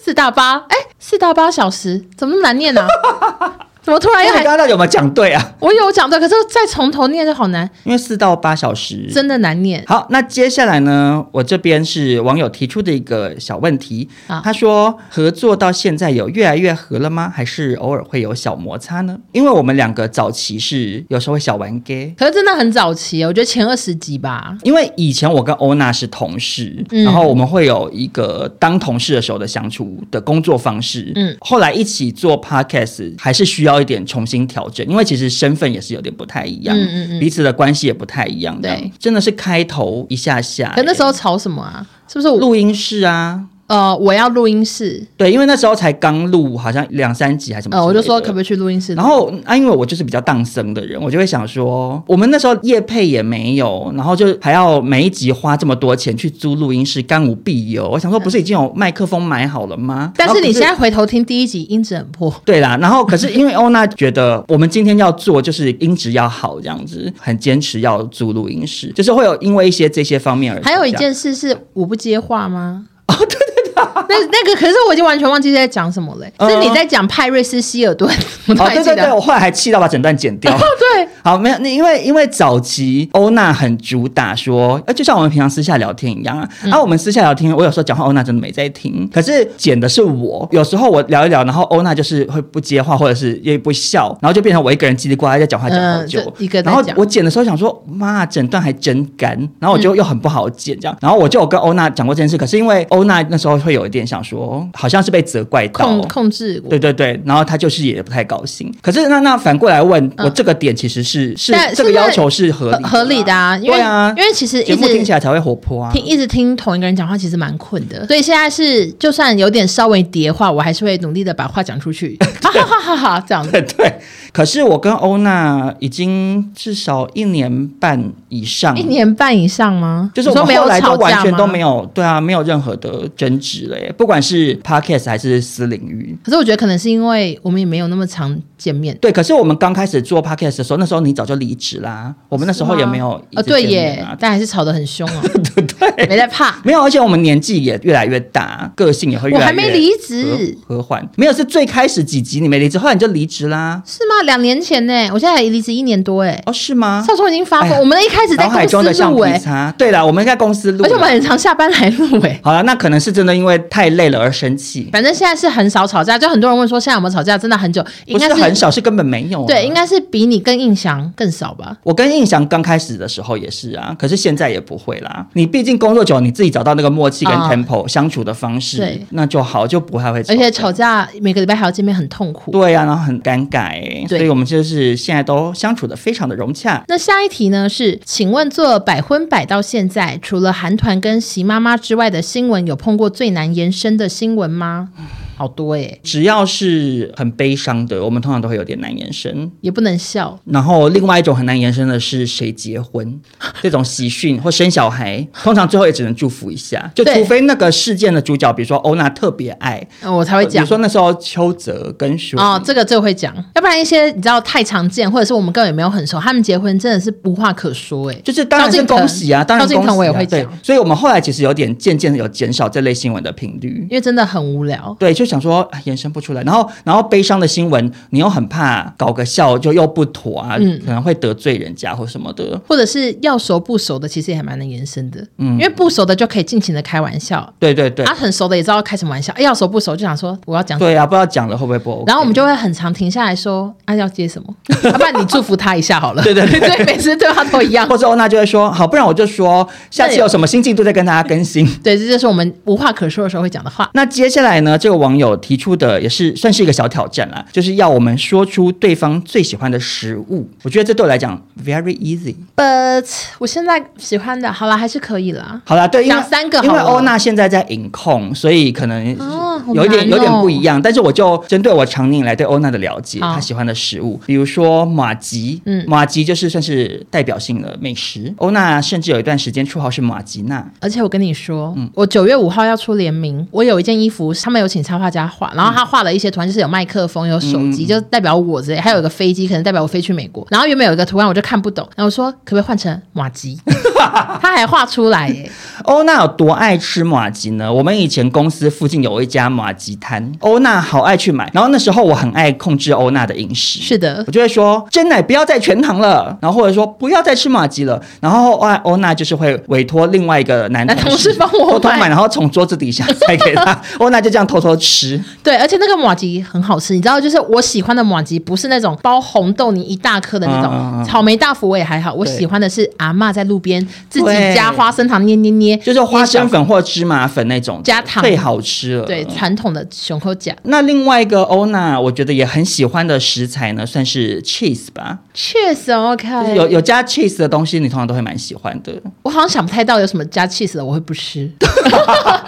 四到八，哎，四到八小时，怎么那么难念呢、啊怎么突然
哎，
又
我刚
还？
刚到底有没有讲对啊？
我有讲对，可是再从头念就好难，
因为四到八小时，
真的难念。
好，那接下来呢？我这边是网友提出的一个小问题，
啊
他说合作到现在有越来越合了吗？还是偶尔会有小摩擦呢？因为我们两个早期是有时候会小玩 gay。
可是真的很早期，我觉得前二十集吧。
因为以前我跟欧娜是同事，
嗯
然后我们会有一个当同事的时候的相处的工作方式。
嗯
嗯，后来一起做 podcast 还是需要一点重新调整，因为其实身份也是有点不太一样，
嗯嗯嗯
彼此的关系也不太一样。
对
这样，真的是开头一下下、
可那时候吵什么啊？是不是我？
录音室啊，
呃，我要录音室。
对，因为那时候才刚录，好像两三集还是什么之类
呃，
的。
我就说可不可以去录音室？
然后啊，因为我就是比较荡生的人，我就会想说，我们那时候业配也没有，然后就还要每一集花这么多钱去租录音室，干无必有。我想说，不是已经有麦克风买好了吗？
但是你现
在。
在回头听第一集，音质很破。
对啦，然后可是因为欧娜觉得我们今天要做就是音质要好这样子，很坚持要租录音室，就是会有因为一些这些方面而
还有一
吵架
件事是我不接话吗？哦，对对对，那那个可是我已经完全忘记在讲什么了、
嗯
是你在讲派瑞斯希尔顿，我都
哦，
还
对
记
对
得。
对，我后来还气到把整段剪掉
哦，。对，
好，没有，那因为因为早期欧娜很主打说，呃，就像我们平常私下聊天一样啊，
嗯
啊，我们私下聊天，我有时候讲话，欧哦娜真的没在听，可是剪的是我，有时候我聊一聊，然后欧娜就是会不接话，或者是也不笑，然后就变成我一个人叽里呱啦在讲话讲好
嗯
久，
就一个在
然后
讲
我剪的时候想说，妈，整段还真干，然后我就又很不好剪这样，然后我就有跟欧娜讲过这件事，可是因为欧娜那时候会有一点想说，好像是被责怪到，
控控制我。
对对对，然后他就是也不太高兴。可是那那反过来问、
嗯
我这个点其实是是
但
这个
是那
要求是合理的
合合理的啊，因为、
对啊，
因为其实一
节目听起
直
来才会活泼啊。
听一直听同一个人讲话，其实蛮困的。所以现在是就算有点稍微叠话，我还是会努力的把话讲出 去。哈哈哈哈哈，这样子。
对 对，可是我跟欧娜已经至少一年半以 上，
一年半以上吗？
就是
你
我
说
们
没有
后来都
吵
完
架
全
吗
都没有，对啊，没有任何的争执了耶，不管是 podcast 还是私领域。
可是我觉得可能是因为我们也没有那么常见面。
对，可是我们刚开始做 podcast 的时候，那时候你早就离职啦，我们那时候也没有一
啊，
直
对
见面
耶
啊，
但还是吵得很凶 啊，对，没在怕。
没有，而且我们年纪也越来越大，个性也会越来越
我还没离职
和和缓。没有，是最开始几集你没离职，后来你就离职啦。
是吗？两年前呢、我现在离职一年多哎、
哦，是吗？
少聪已经发
哎
疯，
呀
我们一开始在
脑海中的
公司
橡
录哎、
皮擦。对了，我们在公司录，
而且我们很常下班来录哎、
好了，那可能是真的因为太累了而生气，
反正现在是很少吵架，就很多人问说现在有没有吵架，真的很久，应
不
该
是很少，是根本没有啊、
对，应该是比你更印象更少吧。
我跟印翔刚开始的时候也是啊，可是现在也不会啦。你毕竟工作久，你自己找到那个默契跟
啊
tempo、相处的方式
对，
那就好，就不太会吵。
而且吵架每个礼拜还要见面，很痛苦。
对啊，然后很尴尬、欸，
对
所以我们就是现在都相处的非常的融洽。
那下一题呢是，请问做百婚百到现在，除了韩团跟席妈妈之外的新闻，有碰过最难延伸的新闻吗？好多耶、
只要是很悲伤的，我们通常都会有点难延伸。
也不能笑。
然后另外一种很难延伸的是谁结婚 这种喜讯或生小孩，通常最后也只能祝福一下，就
对
除非那个事件的主角，比如说欧娜特别爱，
呃我才会
比
讲
如说那时候邱泽跟徐
哦，这个这个会讲，要不然一些你知道太常见，或者是我们根本也没有很熟，他们结婚真的是无话可说哎、
就是当然
萧
是
敬腾
恭喜啊，当然
萧敬腾
恭喜啊
我也会
对
讲，
所以我们后来其实有点渐渐的有减少这类新闻的频率。
因为真的很无聊。
对，就想说哎延伸不出来，然后然后悲伤的新闻，你又很怕搞个笑就又不妥啊，
嗯
可能会得罪人家或什么的。
或者是要熟不熟的，其实也还蛮能延伸的，嗯，因为不熟的就可以尽情的开玩笑，
对对对，
啊，很熟的也知道开什么玩笑，哎，要熟不熟就想说我要讲什么，
对啊，不知道讲了会不会不 OK。
然后我们就会很常停下来 说，啊，要接什么？要、不然你祝福他一下好了，对
对 对
对，每次对话都一 样
或，者欧娜就会说好，不然我就说下
那
次
有
有什么新进度再跟大家更 新。
对，这就是我们无话可说的时候会讲的话。
那接下来呢，这个网友提出的也是算是一个小挑战啦，就是要我们说出对方最喜欢的食物。我觉得这对我来讲 very easy。
But 我现在喜欢的，好啦，还是可以啦。
好啦，对，因为
讲三个好
因为
了
欧娜现在在隐控，所以可能
哦好
有一点、
难哦
有点不一样。但是我就针对我常年以来对欧娜的了解，
好
她喜欢的食物，比如说马吉，
嗯
马吉就是算是代表性的美食。欧娜甚至有一段时间绰号是马吉娜，
而且我跟你说，
嗯
我九月五号要出联名，我有一件衣服，他们有请插画家画，然后他画了一些图案，就是有麦克风、有手
嗯
机，就代表我之类，还有一个飞机，可能代表我飞去美国。然后原本有一个图案我就看不懂，然后我说可不可以换成马吉？ 他还画出来耶，
欧娜有多爱吃马吉呢？我们以前公司附近有一家马吉摊，欧娜好爱去买。然后那时候我很爱控制欧娜的饮食，
是的
我，就会说真奶不要再全糖了，然后或者说不要再吃马吉了。然后哦欧欧娜就是会委托另外一个男
男同
同
事帮我
偷偷
买
买，然后从桌子底下塞 给他。欧娜就这样偷偷吃。
对，而且那个马吉很好吃，你知道，就是我喜欢的马吉不是那种包红豆泥一大颗的那种，
嗯嗯嗯
草莓大福我也还好，我
对
喜欢的是阿嬷在路边自己
对
加花生糖捏捏捏，
就是花
捏
生
小
粉或芝麻粉那种的
加糖
最好吃了。
对，传统的熊口甲
那另外一个欧娜，我觉得也很喜欢的食材呢，算是 cheese 吧。
确实 OK，
就是有有加 cheese 的东西，你通常都会蛮喜欢的。
我好像想不太到有什么加 cheese 的我会不吃。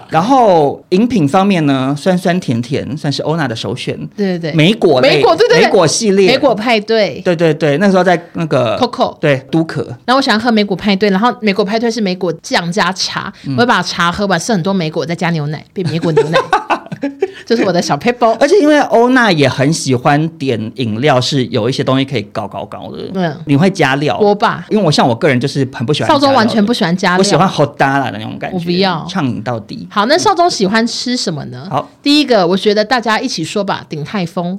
然后饮品方面呢，酸酸甜甜算是欧娜的首选。
对对对，
莓果类
莓果对对对
莓果系列，
莓果派对
对对对，那时候在那个
Coco
对都可。
然后我喜欢喝莓果派对，然后莓果派对是莓果酱加茶，
嗯
我会把茶喝完，剩很多莓果，再加牛奶，变莓果牛 奶，这是我的小 paper。
而且因为欧娜也很喜欢点饮料，是有一些东西可以搞搞搞的。
嗯
你会加料？
锅巴
因为我像我个人就是很不喜欢加
少
料的。
宗完全不喜欢加料，
我喜欢。好搭啦的那种感觉。
我不要
畅饮到底。
好，那少宗喜欢吃什么呢？
好，
第一个我觉得大家一起说吧，鼎泰 丰，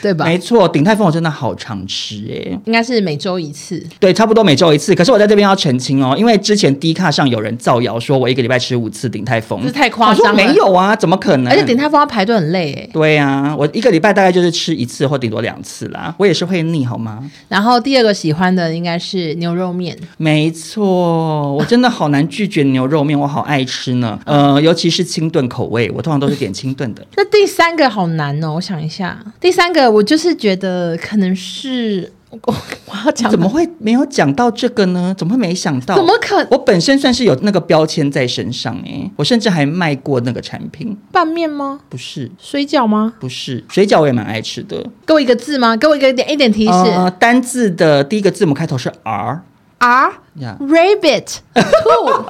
对吧？
没错，鼎泰丰我真的好常吃哎、
应该是每周一次。
对，差不多每周一次。可是我在这边要澄清哦，因为之前 D 卡上有人造谣说我一个礼拜吃五次鼎泰丰，
这太夸张了
我说没有啊，怎么可能？
而且鼎泰丰要排队很累哎。
对啊，我一个礼拜大概就是吃一次或顶多两次啦，我也是会腻好吗？
然后第二个喜欢的应该是牛肉面，
没错，我真的好难拒绝牛肉面，我好爱吃 呢。呃，尤其是清炖口味，我通常都是点清炖的。
那第三个好难哦，我想一下，第三个我就是觉得可能是 我我我要讲
怎么会没有讲到这个呢？怎么会没想到？
怎么可
我本身算是有那个标签在身上诶、我甚至还卖过那个产品，
拌面吗？
不是。
水饺吗？
不是，水饺我也蛮爱吃的。
给我一个字吗？给我一个点一点提示、
呃，单字的第一个字母开头是 R
r
呀
rabbit two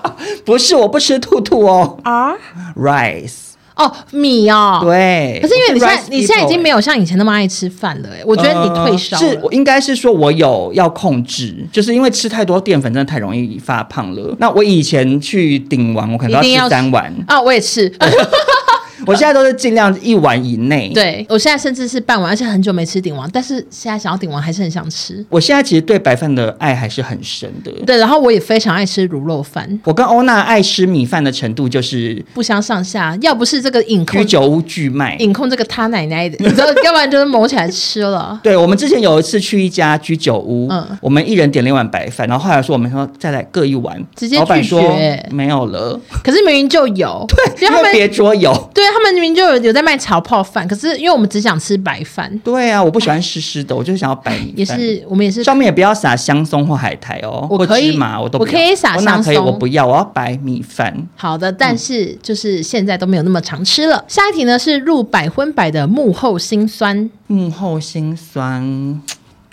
不是，我不吃兔兔哦。
r
Rice，
哦米哦，，
对。
可是因为你现
哎我
在
rice
你现在已经
people 哎
没有像以前那么爱吃饭了，哎，我觉得你退烧
呃是
了。
我应该是说，我有要控制，就是因为吃太多淀粉真的太容易发胖了。那我以前去顶完，我可能
一定
要
要
吃三碗，
啊，我也是，
我现在都是尽量一碗以内。，
对我现在甚至是半碗，而且很久没吃鼎王，但是现在想要鼎王还是很想吃。
我现在其实对白饭的爱还是很深的。
对，然后我也非常爱吃卤肉饭，
我跟欧娜爱吃米饭的程度就是
不相上下。要不是这个影控
居酒屋巨卖。
影控这个他奶奶的，你知道，要不然就是谋起来吃 了。
对，我们之前有一次去一家居酒屋，
嗯
我们一人点了一碗白饭，然后后来说我们说再来各一碗，
直接
老板
拒
说
绝
没有了，
可是明明就有，对因为他
因为
们
别桌有。
对他们明明就有有在卖炒泡饭，可是因为我们只想吃白饭，
对啊，我不喜欢湿湿的，我就想要白米饭。
也是我们也是
上面也不要撒香松或海苔哦，
我
或
可以
芝麻，我都
我
不
可以
要
撒
我哪
香
可以
松
我不要，我要白米饭。
好的，但是就是现在都没有那么常吃了。下一题呢是入百分百的幕后辛酸，
幕后心酸，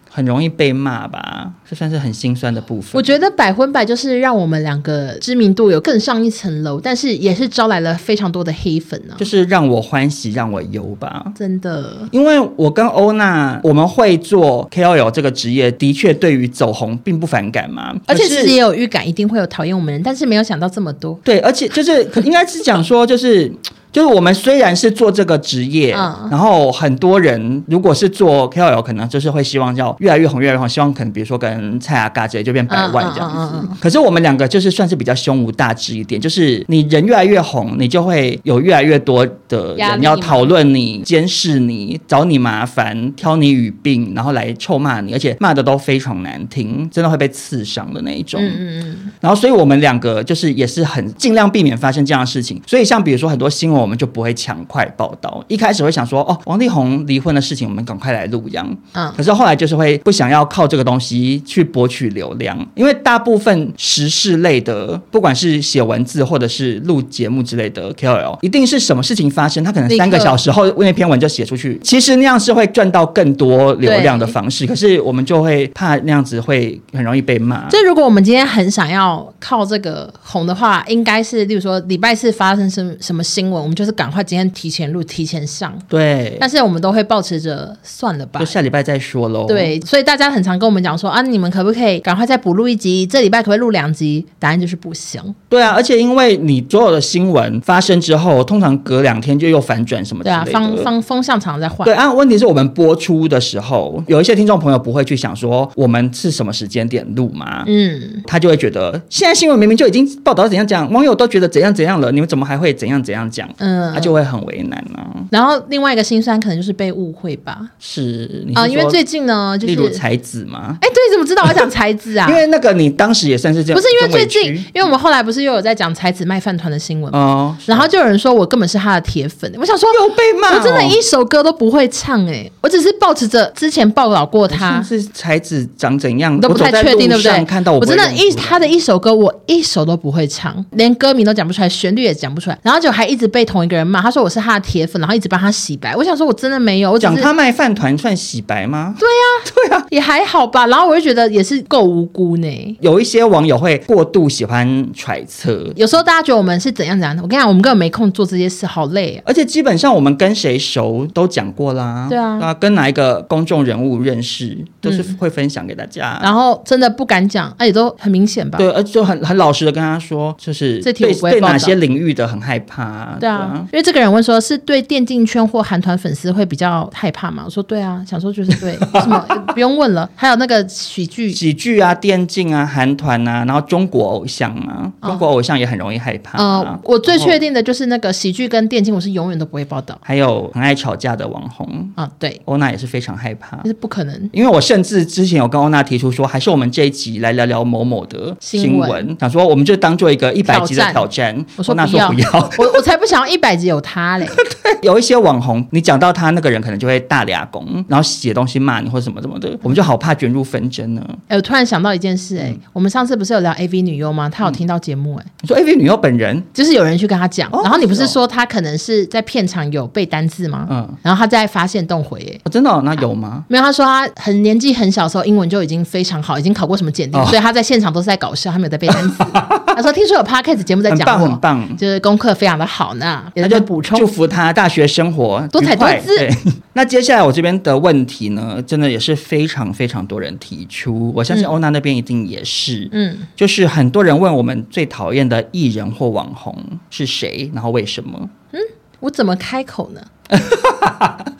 很容易被骂吧？这算是很心酸的部分。
我觉得百分百就是让我们两个知名度有更上一层楼，但是也是招来了非常多的黑粉呢、
就是让我欢喜让我忧吧。
真的，
因为我跟欧娜，我们会做 KOL 这个职业，的确对于走红并不反感嘛。
而且
可
其
是
实也有预感一定会有讨厌我们的人，但是没有想到这么多。
对，而且就是可应该是讲说，就是就是我们虽然是做这个职业，
嗯
然后很多人如果是做 KOL，可能就是会希望要越来越红，越来越红，希望可能比如说跟蔡阿嘎之类就变百万这样子。
嗯嗯嗯
可是我们两个就是算是比较胸无大志一点，就是你人越来越红，你就会有越来越多的
压
人
力
要
吗
讨论你、监视你、找你麻烦、挑你语病，然后来臭骂你，而且骂的都非常难听，真的会被刺伤的那一种。
嗯嗯嗯，
然后，所以我们两个就是也是很尽量避免发生这样的事情。所以，像比如说很多新闻，我们就不会抢快报道。一开始会想说，哦，王力宏离婚的事情，我们赶快来录央。
嗯
可是后来就是会不想要靠这个东西去博取流量，因为大部分时事类的，不管是写文字或者是录节目之类的 KOL，一定是什么事情发生，他可能
立刻
三个小时后那篇文就写出去。其实那样是会赚到更多流量的方式，可是我们就会怕那样子会很容易被骂。
就如果我们今天很想要靠这个红的话，应该是例如说礼拜四发生什么什么新闻，我们就是赶快今天提前录、提前上。
对，
但是我们都会保持着算了吧
就。下礼拜再说喽。，
对，所以大家很常跟我们讲说啊，你们可不可以赶快再补录一集？这礼拜可不可以录两集？答案就是不行。
对啊，而且因为你所有的新闻发生之后，通常隔两天就又反转什么之
对
类
啊
的。，
方方风向常常在换
对。啊，问题是我们播出的时候，有一些听众朋友不会去想说我们是什么时间点录嘛，
嗯，
他就会觉得现在新闻明明就已经报道到怎样讲，网友都觉得怎样怎样了，你们怎么还会怎样怎样讲？
嗯
他就会很为难啊。
然后另外一个心酸可能就是被误会吧。
是你是
啊，因为
说
最近呢，就
例如
是
才子嘛，
哎，对，怎么知道我要讲才子啊
因？为那个你当时也算是这样，
不是因为
中委
最
屈
近，因为我们后来不是又有在讲才子卖饭团的新闻吗？
哦，
然后就有人说我根本是他的铁粉，我想说，
又被骂哦、
我真的一首歌都不会唱哎、我只是抱持着之前报道过他
他，是才子长怎样，
你都不太
我走在
确定，
路
对不对？
上看到我
我
不会
真的
认
一
出来
他的一首歌，我一首都不会唱，连歌名都讲不出来，旋律也讲不出来，然后就还一直被同一个人骂，他说我是他的铁粉，然后一直帮他洗白。我想说，我真的没有，我只
讲
是
他卖饭团算洗白吗？对，
也还好吧。然后我就觉得也是够无辜呢。
有一些网友会过度喜欢揣测。
有时候大家觉得我们是怎样怎样的，我跟你讲，我们根本没空做这些事，好累啊。
而且基本上我们跟谁熟都讲过啦，
对啊嗯
跟哪一个公众人物认识都是会分享给大家，
然后真的不敢讲，哎，也都很明显吧？
对，啊而且就很很老实的跟他说，就是
这题
对
我不会
对
报道
哪些领域的很害怕，
对啊，因为这个人问说是对电竞圈或韩团粉丝会比较害怕嘛？我说对啊，想说就是对，什么 不用问了。还有那个喜剧，
喜剧啊、电竞啊、韩团啊，然后中国偶像啊，中国偶像也很容易害怕、啊
哦呃，我最确定的就是那个喜剧跟电竞，我是永远都不会报道
还有很爱吵架的网红
啊，对，
欧娜也是非常害怕
这，是不可 能。
因为我甚至之前有跟欧娜提出说，还是我们这一集来聊聊某某的
新
新
闻
闻，想说我们就当做一个一百集的
挑
挑战。
我说
欧娜
不
说
要，
不要。
我我才不想要一百集有他嘞。
有一些网红，你讲到他那个人，可能就会大俩拱，然后写东西骂你或什么什么的，我们就好怕卷入纷争呢。
哎、我突然想到一件事、哎、
嗯
我们上次不是有聊 AV 女优吗？她有听到节目、哎、
你说 AV 女优本人，
就是有人去跟她讲，
嗯哦
然后你不
是
是
哦
说她可能是在片场有背单字吗？
嗯
然后她在发现动回、哎。
哦、真的、哦、那有吗？
没有，他说他很年纪很小的时候，英文就已经非常好，已经考过什么检定，
哦
所以他在现场都是在搞笑，他没有在背单 词。他说听说有 podcast 节目在
很
讲
棒
我，
很棒
就是功课非常的好呢，也
那
在
就
补充
祝。福他大学生活
多彩
愉快
多姿
对 那接下来我这边的问题呢，真的也是非常非常多人提出，我相信欧娜那边一定也是。
嗯，
就是很多人问我们最讨厌的艺人或网红是谁，然后为什么？
我怎么开口呢？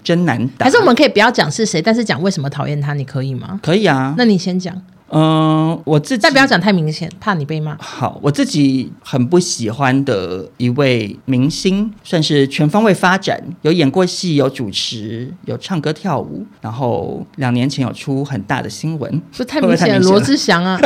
真难打。
还是我们可以不要讲是谁，但是讲为什么讨厌他，你可以吗？
可以啊？
那你先讲，
嗯、我自己
但不要讲太明显，怕你被骂。
好，我自己很不喜欢的一位明星，算是全方位发展，有演过戏，有主持，有唱歌跳舞，然后两年前有出很大的新闻，
不太明显，罗志祥 啊，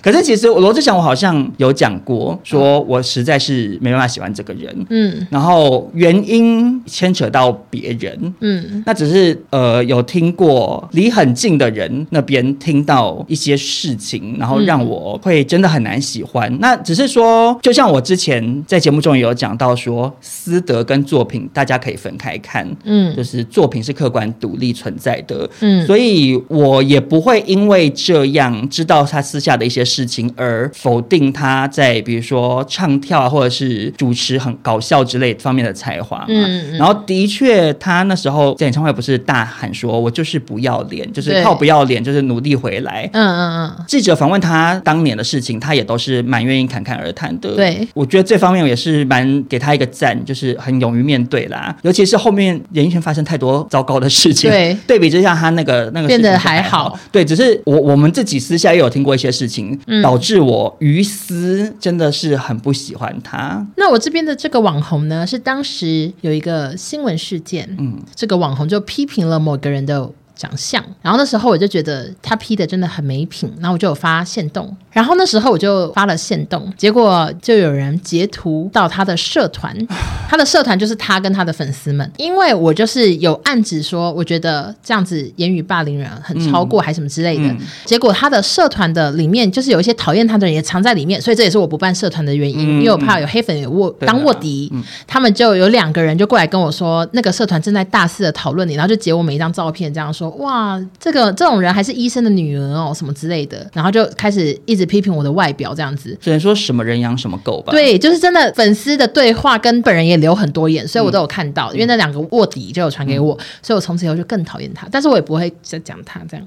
可是其实罗志祥我好像有讲过，说我实在是没办法喜欢这个人，
嗯
然后原因牵扯到别人。
嗯，
那只是呃有听过离很近的人那边听到一些事情，然后让我会真的很难喜欢。那只是说，就像我之前在节目中也有讲到说，私德跟作品大家可以分开看，
嗯
就是作品是客观独立存在的，
嗯
所以我也不会因为这样知道他私下的一些事情而否定他在比如说唱跳啊，或者是主持很搞笑之类方面的才华嘛。
嗯嗯
然后的确，他那时候在演唱会不是大喊说：“我就是不要脸，就是
对
靠不要脸，就是努力回来。”
嗯嗯嗯，
记者访问他当年的事情，他也都是蛮愿意侃侃而谈的。
对，
我觉得这方面我也是蛮给他一个赞，就是很勇于面对啦。尤其是后面演艺圈发生太多糟糕的事情，
对，
对比之下，他那个那个
变得
事情是还
还好
对，只是我我们自己私下也有听过一些事情，
嗯
导致我于私真的是很不喜欢他。
那我这边的这个网红呢，是当时有一个新闻事件，嗯，这个网红就批评了某个人的长相，然后那时候我就觉得他 P 的真的很没品，然后我就有发现动，然后那时候我就发了现动，结果就有人截图到他的社团， 他的社团就是他跟他的粉丝们，因为我就是有暗指说，我觉得这样子言语霸凌人很超过还什么之类的，
嗯
结果他的社团的里面就是有一些讨厌他的人也藏在里面，所以这也是我不办社团的原因，
嗯
因为我怕有黑粉有卧
对啊
当卧底。他们就有两个人就过来跟我说，那个社团正在大肆的讨论你，然后就截我们一张照片，这样说哇，这个这种人还是医生的女儿哦，什么之类的，然后就开始一直批评我的外表这样子。
只能说什么人养什么狗吧。，
对，就是真的粉丝的对话跟本人也流很多眼，所以我都有看到，因为那两个卧底就有传给我，所以我从此以后就更讨厌他，但是我也不会再讲他这样，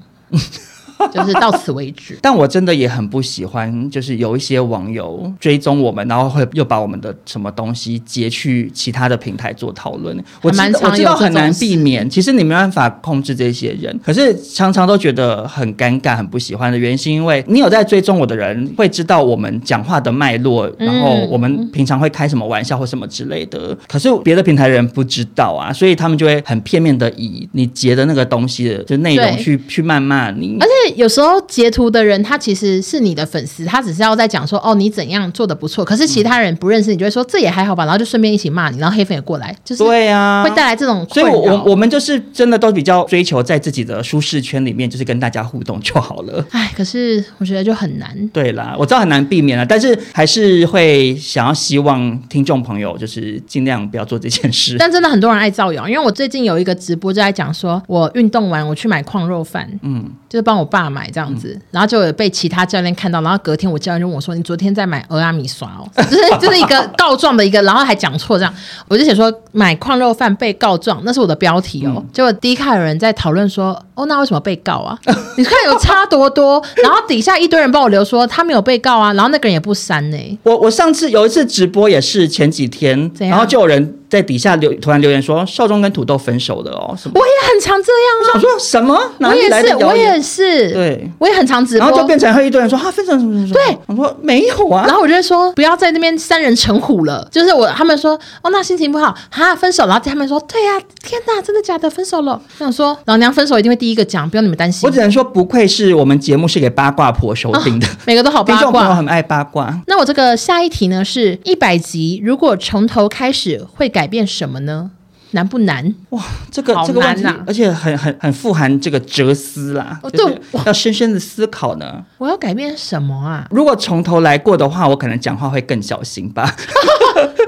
就是到此为止。
但我真的也很不喜欢，就是有一些网友追踪我们，然后会又把我们的什么东西截去其他的平台做讨论。我知
还蛮
道
常
我知道
有这
很
种
难
事
避免，其实你没办法控制这些人，可是常常都觉得很尴尬、很不喜欢的原因，是因为你有在追踪我的人会知道我们讲话的脉络，然后
嗯
我们平常会开什么玩笑或什么之类的。可是别的平台人不知道啊，所以他们就会很片面的以你截的那个东西的就内容
对
去去谩骂你。
而且有时候截图的人，他其实是你的粉丝，他只是要在讲说哦你怎样做的不错，可是其他人不认识你，就会说、这也还好吧，然后就顺便一起骂你，然后黑粉也过来，就是会
对啊呀、
带来这种
所
困
以我，
扰。
我我们就是真的都比较追求在自己的舒适圈里面，就是跟大家互动就好了。
哎，可是我觉得就很难。
对啦，我知道很难避免了，啊但是还是会想要希望听众朋友就是尽量不要做这件事。
但真的很多人爱造谣，因为我最近有一个直播就在讲说，我运动完我去买矿肉饭，
嗯，
就是帮我爸买这样子，然后就有被其他教练看到，然后隔天我教练就问我说：“你昨天在买俄阿米刷哦？”就是就是一个告状的一个，然后还讲错这样，我就写说买矿肉饭被告状，那是我的标题哦。
嗯
结果第一看有人在讨论说：“哦，那为什么被告啊？” 你看有差多多，然后底下一堆人帮我留说他没有被告啊，然后那个人也不删呢、
我我上次有一次直播也是前几天，
怎样
然后就有人在底下留突然留言说少中跟土豆分手了哦什
我，
么
也很常这样
我
啊，
说什么？哪
我
里
也
来的
是，
谣
我
言
也是，
对，
我也很常直播，
然后就变成会一堆人说啊分手什么什么什么，
对，
我说没有啊，
然后我就会说不要在那边三人成虎了，就是我他们说哦那心情不好哈分手，然后他们说对呀、天哪真的假的分手了，我想说老娘分手一定会第一个讲，不用你们担心
我，只能说不愧是我们节目是给八卦婆收
啊
听的。
每个都好
听
八
众朋友
卦。
很爱 八卦，
那我这个下一题呢是一百集，如果从头开始会改变什么呢？难不难？
哇，这个
好
这个问题
难啊，
而且很很很富含这个哲思啦，
哦
就是
对我
要深深的思考呢。
我要改变什么啊？
如果从头来过的话，我可能讲话会更小心吧。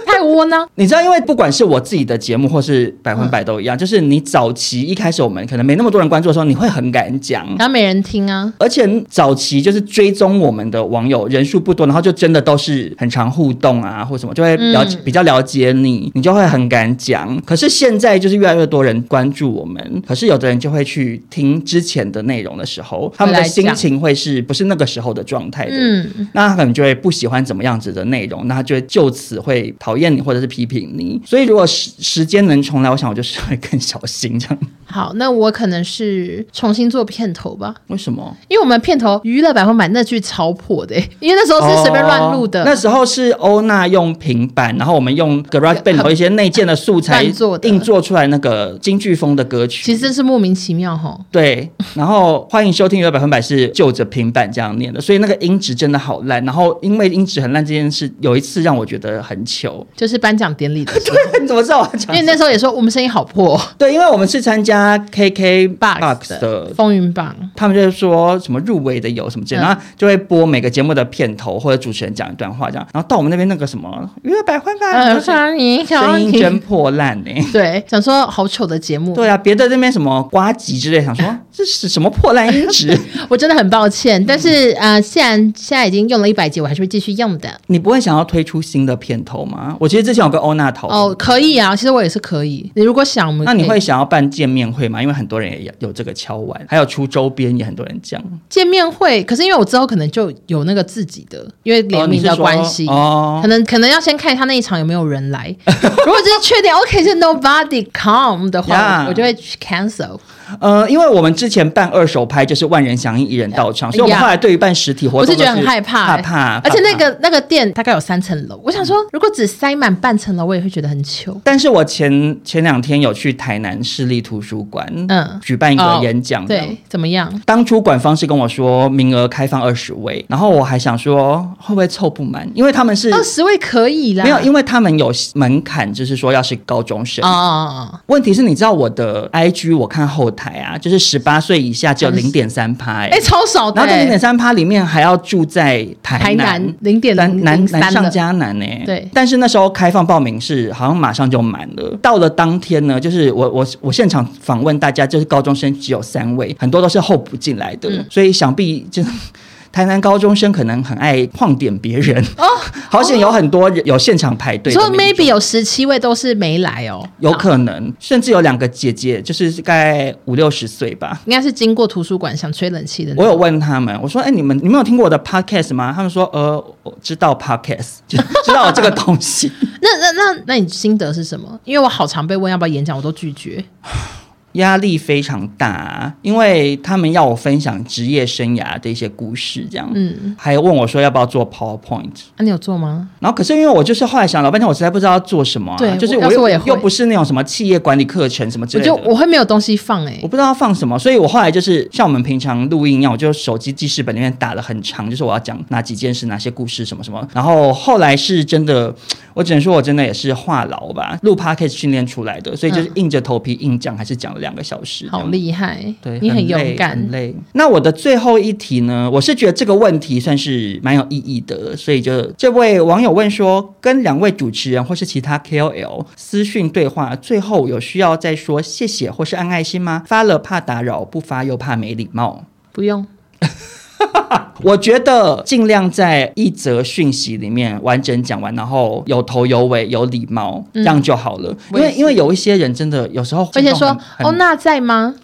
太窝囊。
你知道，因为不管是我自己的节目，或是百分百都一样，
嗯
就是你早期一开始我们可能没那么多人关注的时候，你会很敢讲。
然后没人听啊，
而且早期就是追踪我们的网友人数不多，然后就真的都是很常互动啊，或什么，就会了解、
嗯
比较了解你，你就会很敢讲。可是现在就是越来越多人关注我们，可是有的人就会去听之前的内容的时候，他们的
会来
心
讲
情会是不是那个时候的状态的？
嗯，
那他可能就会不喜欢怎么样子的内容，那他就会就此会讨厌厌你或者是批评你。所以如果时时间能重来，我想我就是会更小心这样。
好，那我可能是重新做片头吧，
为什么？
因为我们片头娱乐百分百那句超破的、 欸，因为那时候是随便乱录的。
哦那时候是欧娜用平板，然后我们用 GarageBand 和一些内建的素材
乱做的
硬做出来那个京剧风的歌曲。
其实真是莫名其妙哈。
对，然后欢迎收听有百分百是就着平板这样念的，所以那个音质真的好烂。然后因为音质很烂这件事，有一次让我觉得很 糗。
就是颁奖典 礼的时候，
你怎么知道我要
因
讲
为
什么？
那时候也说我们声音好破 哦
对，因为我们是参加 KK
，box
Box
的
的。
风云榜，
他们就说什么入围的有什么之类
嗯
的，然后就会播每个节目的片头或者主持人讲一段话这样，然后到我们那边那个什么娱乐百分百，
呃，
就是
欢迎
声音真破烂呢、
对，想说好糗的节目，
对啊，别的那边什么瓜吉之类，想 说这是什么破烂音质？
我真的很抱
嗯
歉，但是呃，既然现在已经用了一百集，我还是会继续用的。
你不会想要推出新的片头吗？我其实之前有跟欧娜讨论。
哦，可以啊，其实我也是可以。你如果想，我们
那你
可
会
以
想要办见面会吗？因为很多人也有这个敲碗，还有出周边也很多人讲。
见面会，可是因为我之后可能就有那个自己的，因为联名的关系。
哦
可能可能要先看他那一场有没有人 来，如果就是确定 OK 是 nobody come 的话
Yeah
我就会去 cancel。
你是说呃，因为我们之前办二手拍就是万人响应，一人到场，所以我们
哎呀
后来对于办实体活
我
动
是
都
觉得很害
怕
怕、欸，
怕，
而且
怕
那个那个店大概有三层楼，我想说如果只塞满半层楼，我也会觉得很糗。
但是我前前两天有去台南市立图书馆，
嗯
举办一
哦
个演讲、
对，，怎么样？
当初管方是跟我说名额开放二十位，然后我还想说会不会凑不满，因为他们是
二十位可以啦，
没有，因为他们有门槛，就是说要是高中生。
哦哦哦，
问题是，你知道我的 IG 我看后台啊，就是十八岁以下只有
还是
零点三趴，哎、
哎、超少的、
然后这零点
欸，
三趴里面还要住在台
台南零点
南
零
南
三
南上
了，
加南呢、欸
对
但是那时候开放报名是好像马上就满了。到了当天呢，就是我我我现场访问大家，就是高中生只有三位，很多都是候补进来的，
嗯
所以想必真的。台南高中生可能很爱晃点别人哦， 好险有很多人有现场排队的
哦所以
民众，
maybe 有十七位都是没来哦，
有
啊
可能，甚至有两个姐姐，就是大概五六十岁吧，
应该是经过图书馆想吹冷气的那
我
种。
有问他们，我说：“哎、你们你们有听过我的 podcast 吗？”他们说：“呃，我知道 podcast，就 知道我这个东西。
那那那那你心得是什么？因为我好常被问要不要演讲，我都拒绝。”
压力非常大，因为他们要我分享职业生涯的一些故事，这样，嗯，还问我说要不要做 PowerPoint。
那、啊你有做吗？
然后，可是因为我就是后来想老半天，我实在不知道要做什么、啊，
对
就是
我
我
要是
又
我也会
又不是那种什么企业管理课程什么之
我
类的，
就我会没有东西放哎、
我不知道要放什么，所以我后来就是像我们平常录音一样，我就手机记事本里面打了很长，就是我要讲哪几件事、哪些故事什么什么。然后后来是真的，我只能说我真的也是话痨吧，录 podcast 训练出来的，所以就是硬着头皮硬讲，还是讲了两个小时。
嗯好厉害，
对，
你
很
勇
累
敢
很。累。那我的最后一题呢？我是觉得这个问题算是蛮有意义的，所以就这位网友问说，跟两位主持人或是其他 KOL 私讯对话，最后有需要再说谢谢或是按爱心吗？发了怕打扰，不发又怕没礼貌。
不用，
我觉得尽量在一则讯息里面完整讲完，然后有头有尾，有礼貌，这样就好了。
嗯我
因
也
为
是
因为有一些人真的有时候
而且说哦
很很
欧娜在 吗？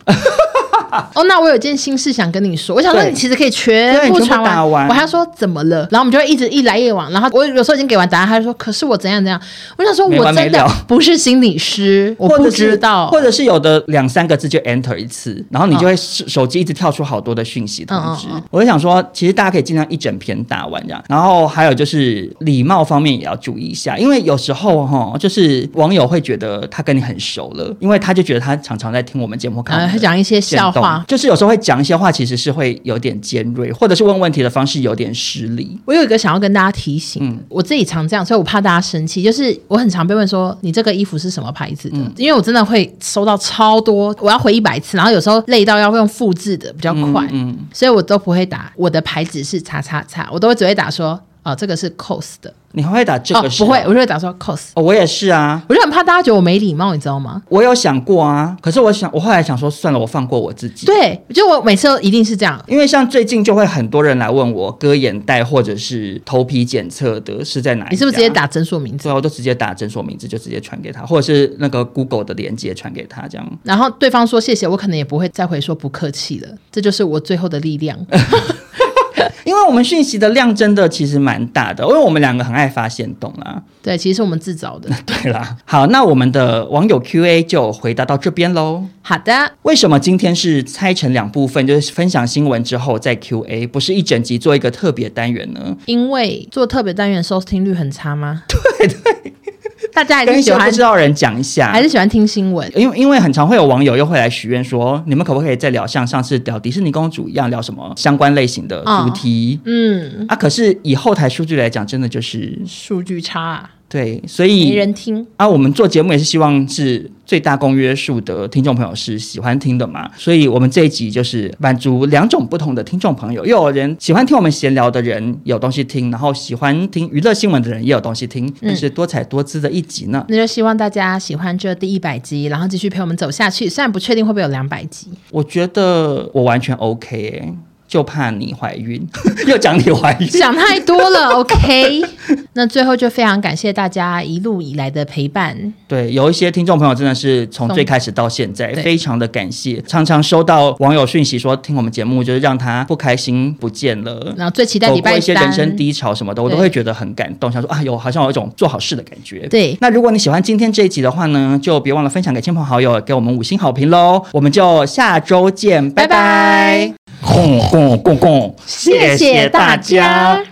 欧娜，我有件心事想跟你说。我想说，
对
你其实可以全
对你
部
全部
传
打完
我还要说怎么了，然后我们就会一直一来一往。然后我有时候已经给完答案，他就说：“可是我怎样怎样。”我想说，
没
我
完
真
没
的
了
不是心理师，我
或者
不
是
知道。
或者是有的两三个字就 enter 一次，然后你就会手手机一直跳出好多的讯息通知。
嗯嗯嗯
我就想说，其实大家可以尽量一整篇打完这样。然后还有就是礼貌方面也要注意一下，因为有时候哈，就是网友会觉得他跟你很熟了，因为他就觉得他常常在听我们节目，看我
呃，
们
他
的
讲一些笑
行动
话。
就是有时候会讲一些话，其实是会有点尖锐，或者是问问题的方式有点失礼。
我有一个想要跟大家提醒，
嗯
我自己常这样，所以我怕大家生气。就是我很常被问说你这个衣服是什么牌子的，
嗯
因为我真的会收到超多，我要回一百次，然后有时候累到要用复制的比较快，
嗯
所以我都不会打我的牌子是叉叉叉，我都会只会打说哦这个是 cos 的，
你会打这个
哦
是、啊
不会，我就会打说 cos，
哦，我也是啊。
我就很怕大家觉得我没礼貌，你知道吗？
我有想过啊，可是我想，我后来想说，算了，我放过我自己。
对，就我每次都一定是这样，
因为像最近就会很多人来问我割眼袋或者是头皮检测的是在哪一家
你是不是直接？打诊所名字？
对啊，我就直接打诊所名字，就直接传给他，或者是那个 Google 的链接传给他，这样。
然后对方 说谢谢，我可能也不会再回说不客气了，这就是我最后的力量。
因为我们讯息的量真的其实蛮大的，因为我们两个很爱发现动啦。
对，其实是我们自找的。
对啦，好，那我们的网友 Q&A 就回答到这边喽。
好的，
为什么今天是拆成两部分，就是分享新闻之后再 Q&A，不是一整集做一个特别单元呢？
因为做特别单元收听率很差吗？ 对对，大家还
跟
是
一
喜
些不
欢
知道的人讲一下，
还是喜欢听新闻。
因为因为很常会有网友又会来许愿说，你们可不可以再聊像上次聊迪士尼公主一样聊什么相关类型的主题、
嗯，
啊？可是以后台数据来讲，真的就是
数据差、啊，
对，所
没
以
人听。
啊，我们做节目也是希望是最大公约数的听众朋友是喜欢听的嘛，所以我们这一集就是满足两种不同的听众朋友，又有人喜欢听我们闲聊的人有东西听，然后喜欢听娱乐新闻的人也有东西听，真是多彩多姿的一集呢。
那就希望大家喜欢这第一百集，然后继续陪我们走下去。虽然不确定会不会有两百集，
我觉得我完全 OK，、欸、就怕你怀孕， 又讲你怀孕。
想太多了。OK，那最后就非常感谢大家一路以来的陪伴。
对，有一些听众朋友真的是从
从
最开始到现在，
对
非常的感谢。常常收到网友讯息说听我们节目就是让他不开心不见了。
然后最期待
走
礼
过
拜
一些
三，
人生低潮什么的，我都
对
会觉得很感动，想说啊，有好像有一种做好事的感觉。
对
那如果你喜欢今天这一集的话呢，就别忘了分享给亲朋好友，给我们五星好评喽。我们就下周见，拜
拜拜
拜。共共共共，
谢谢大家。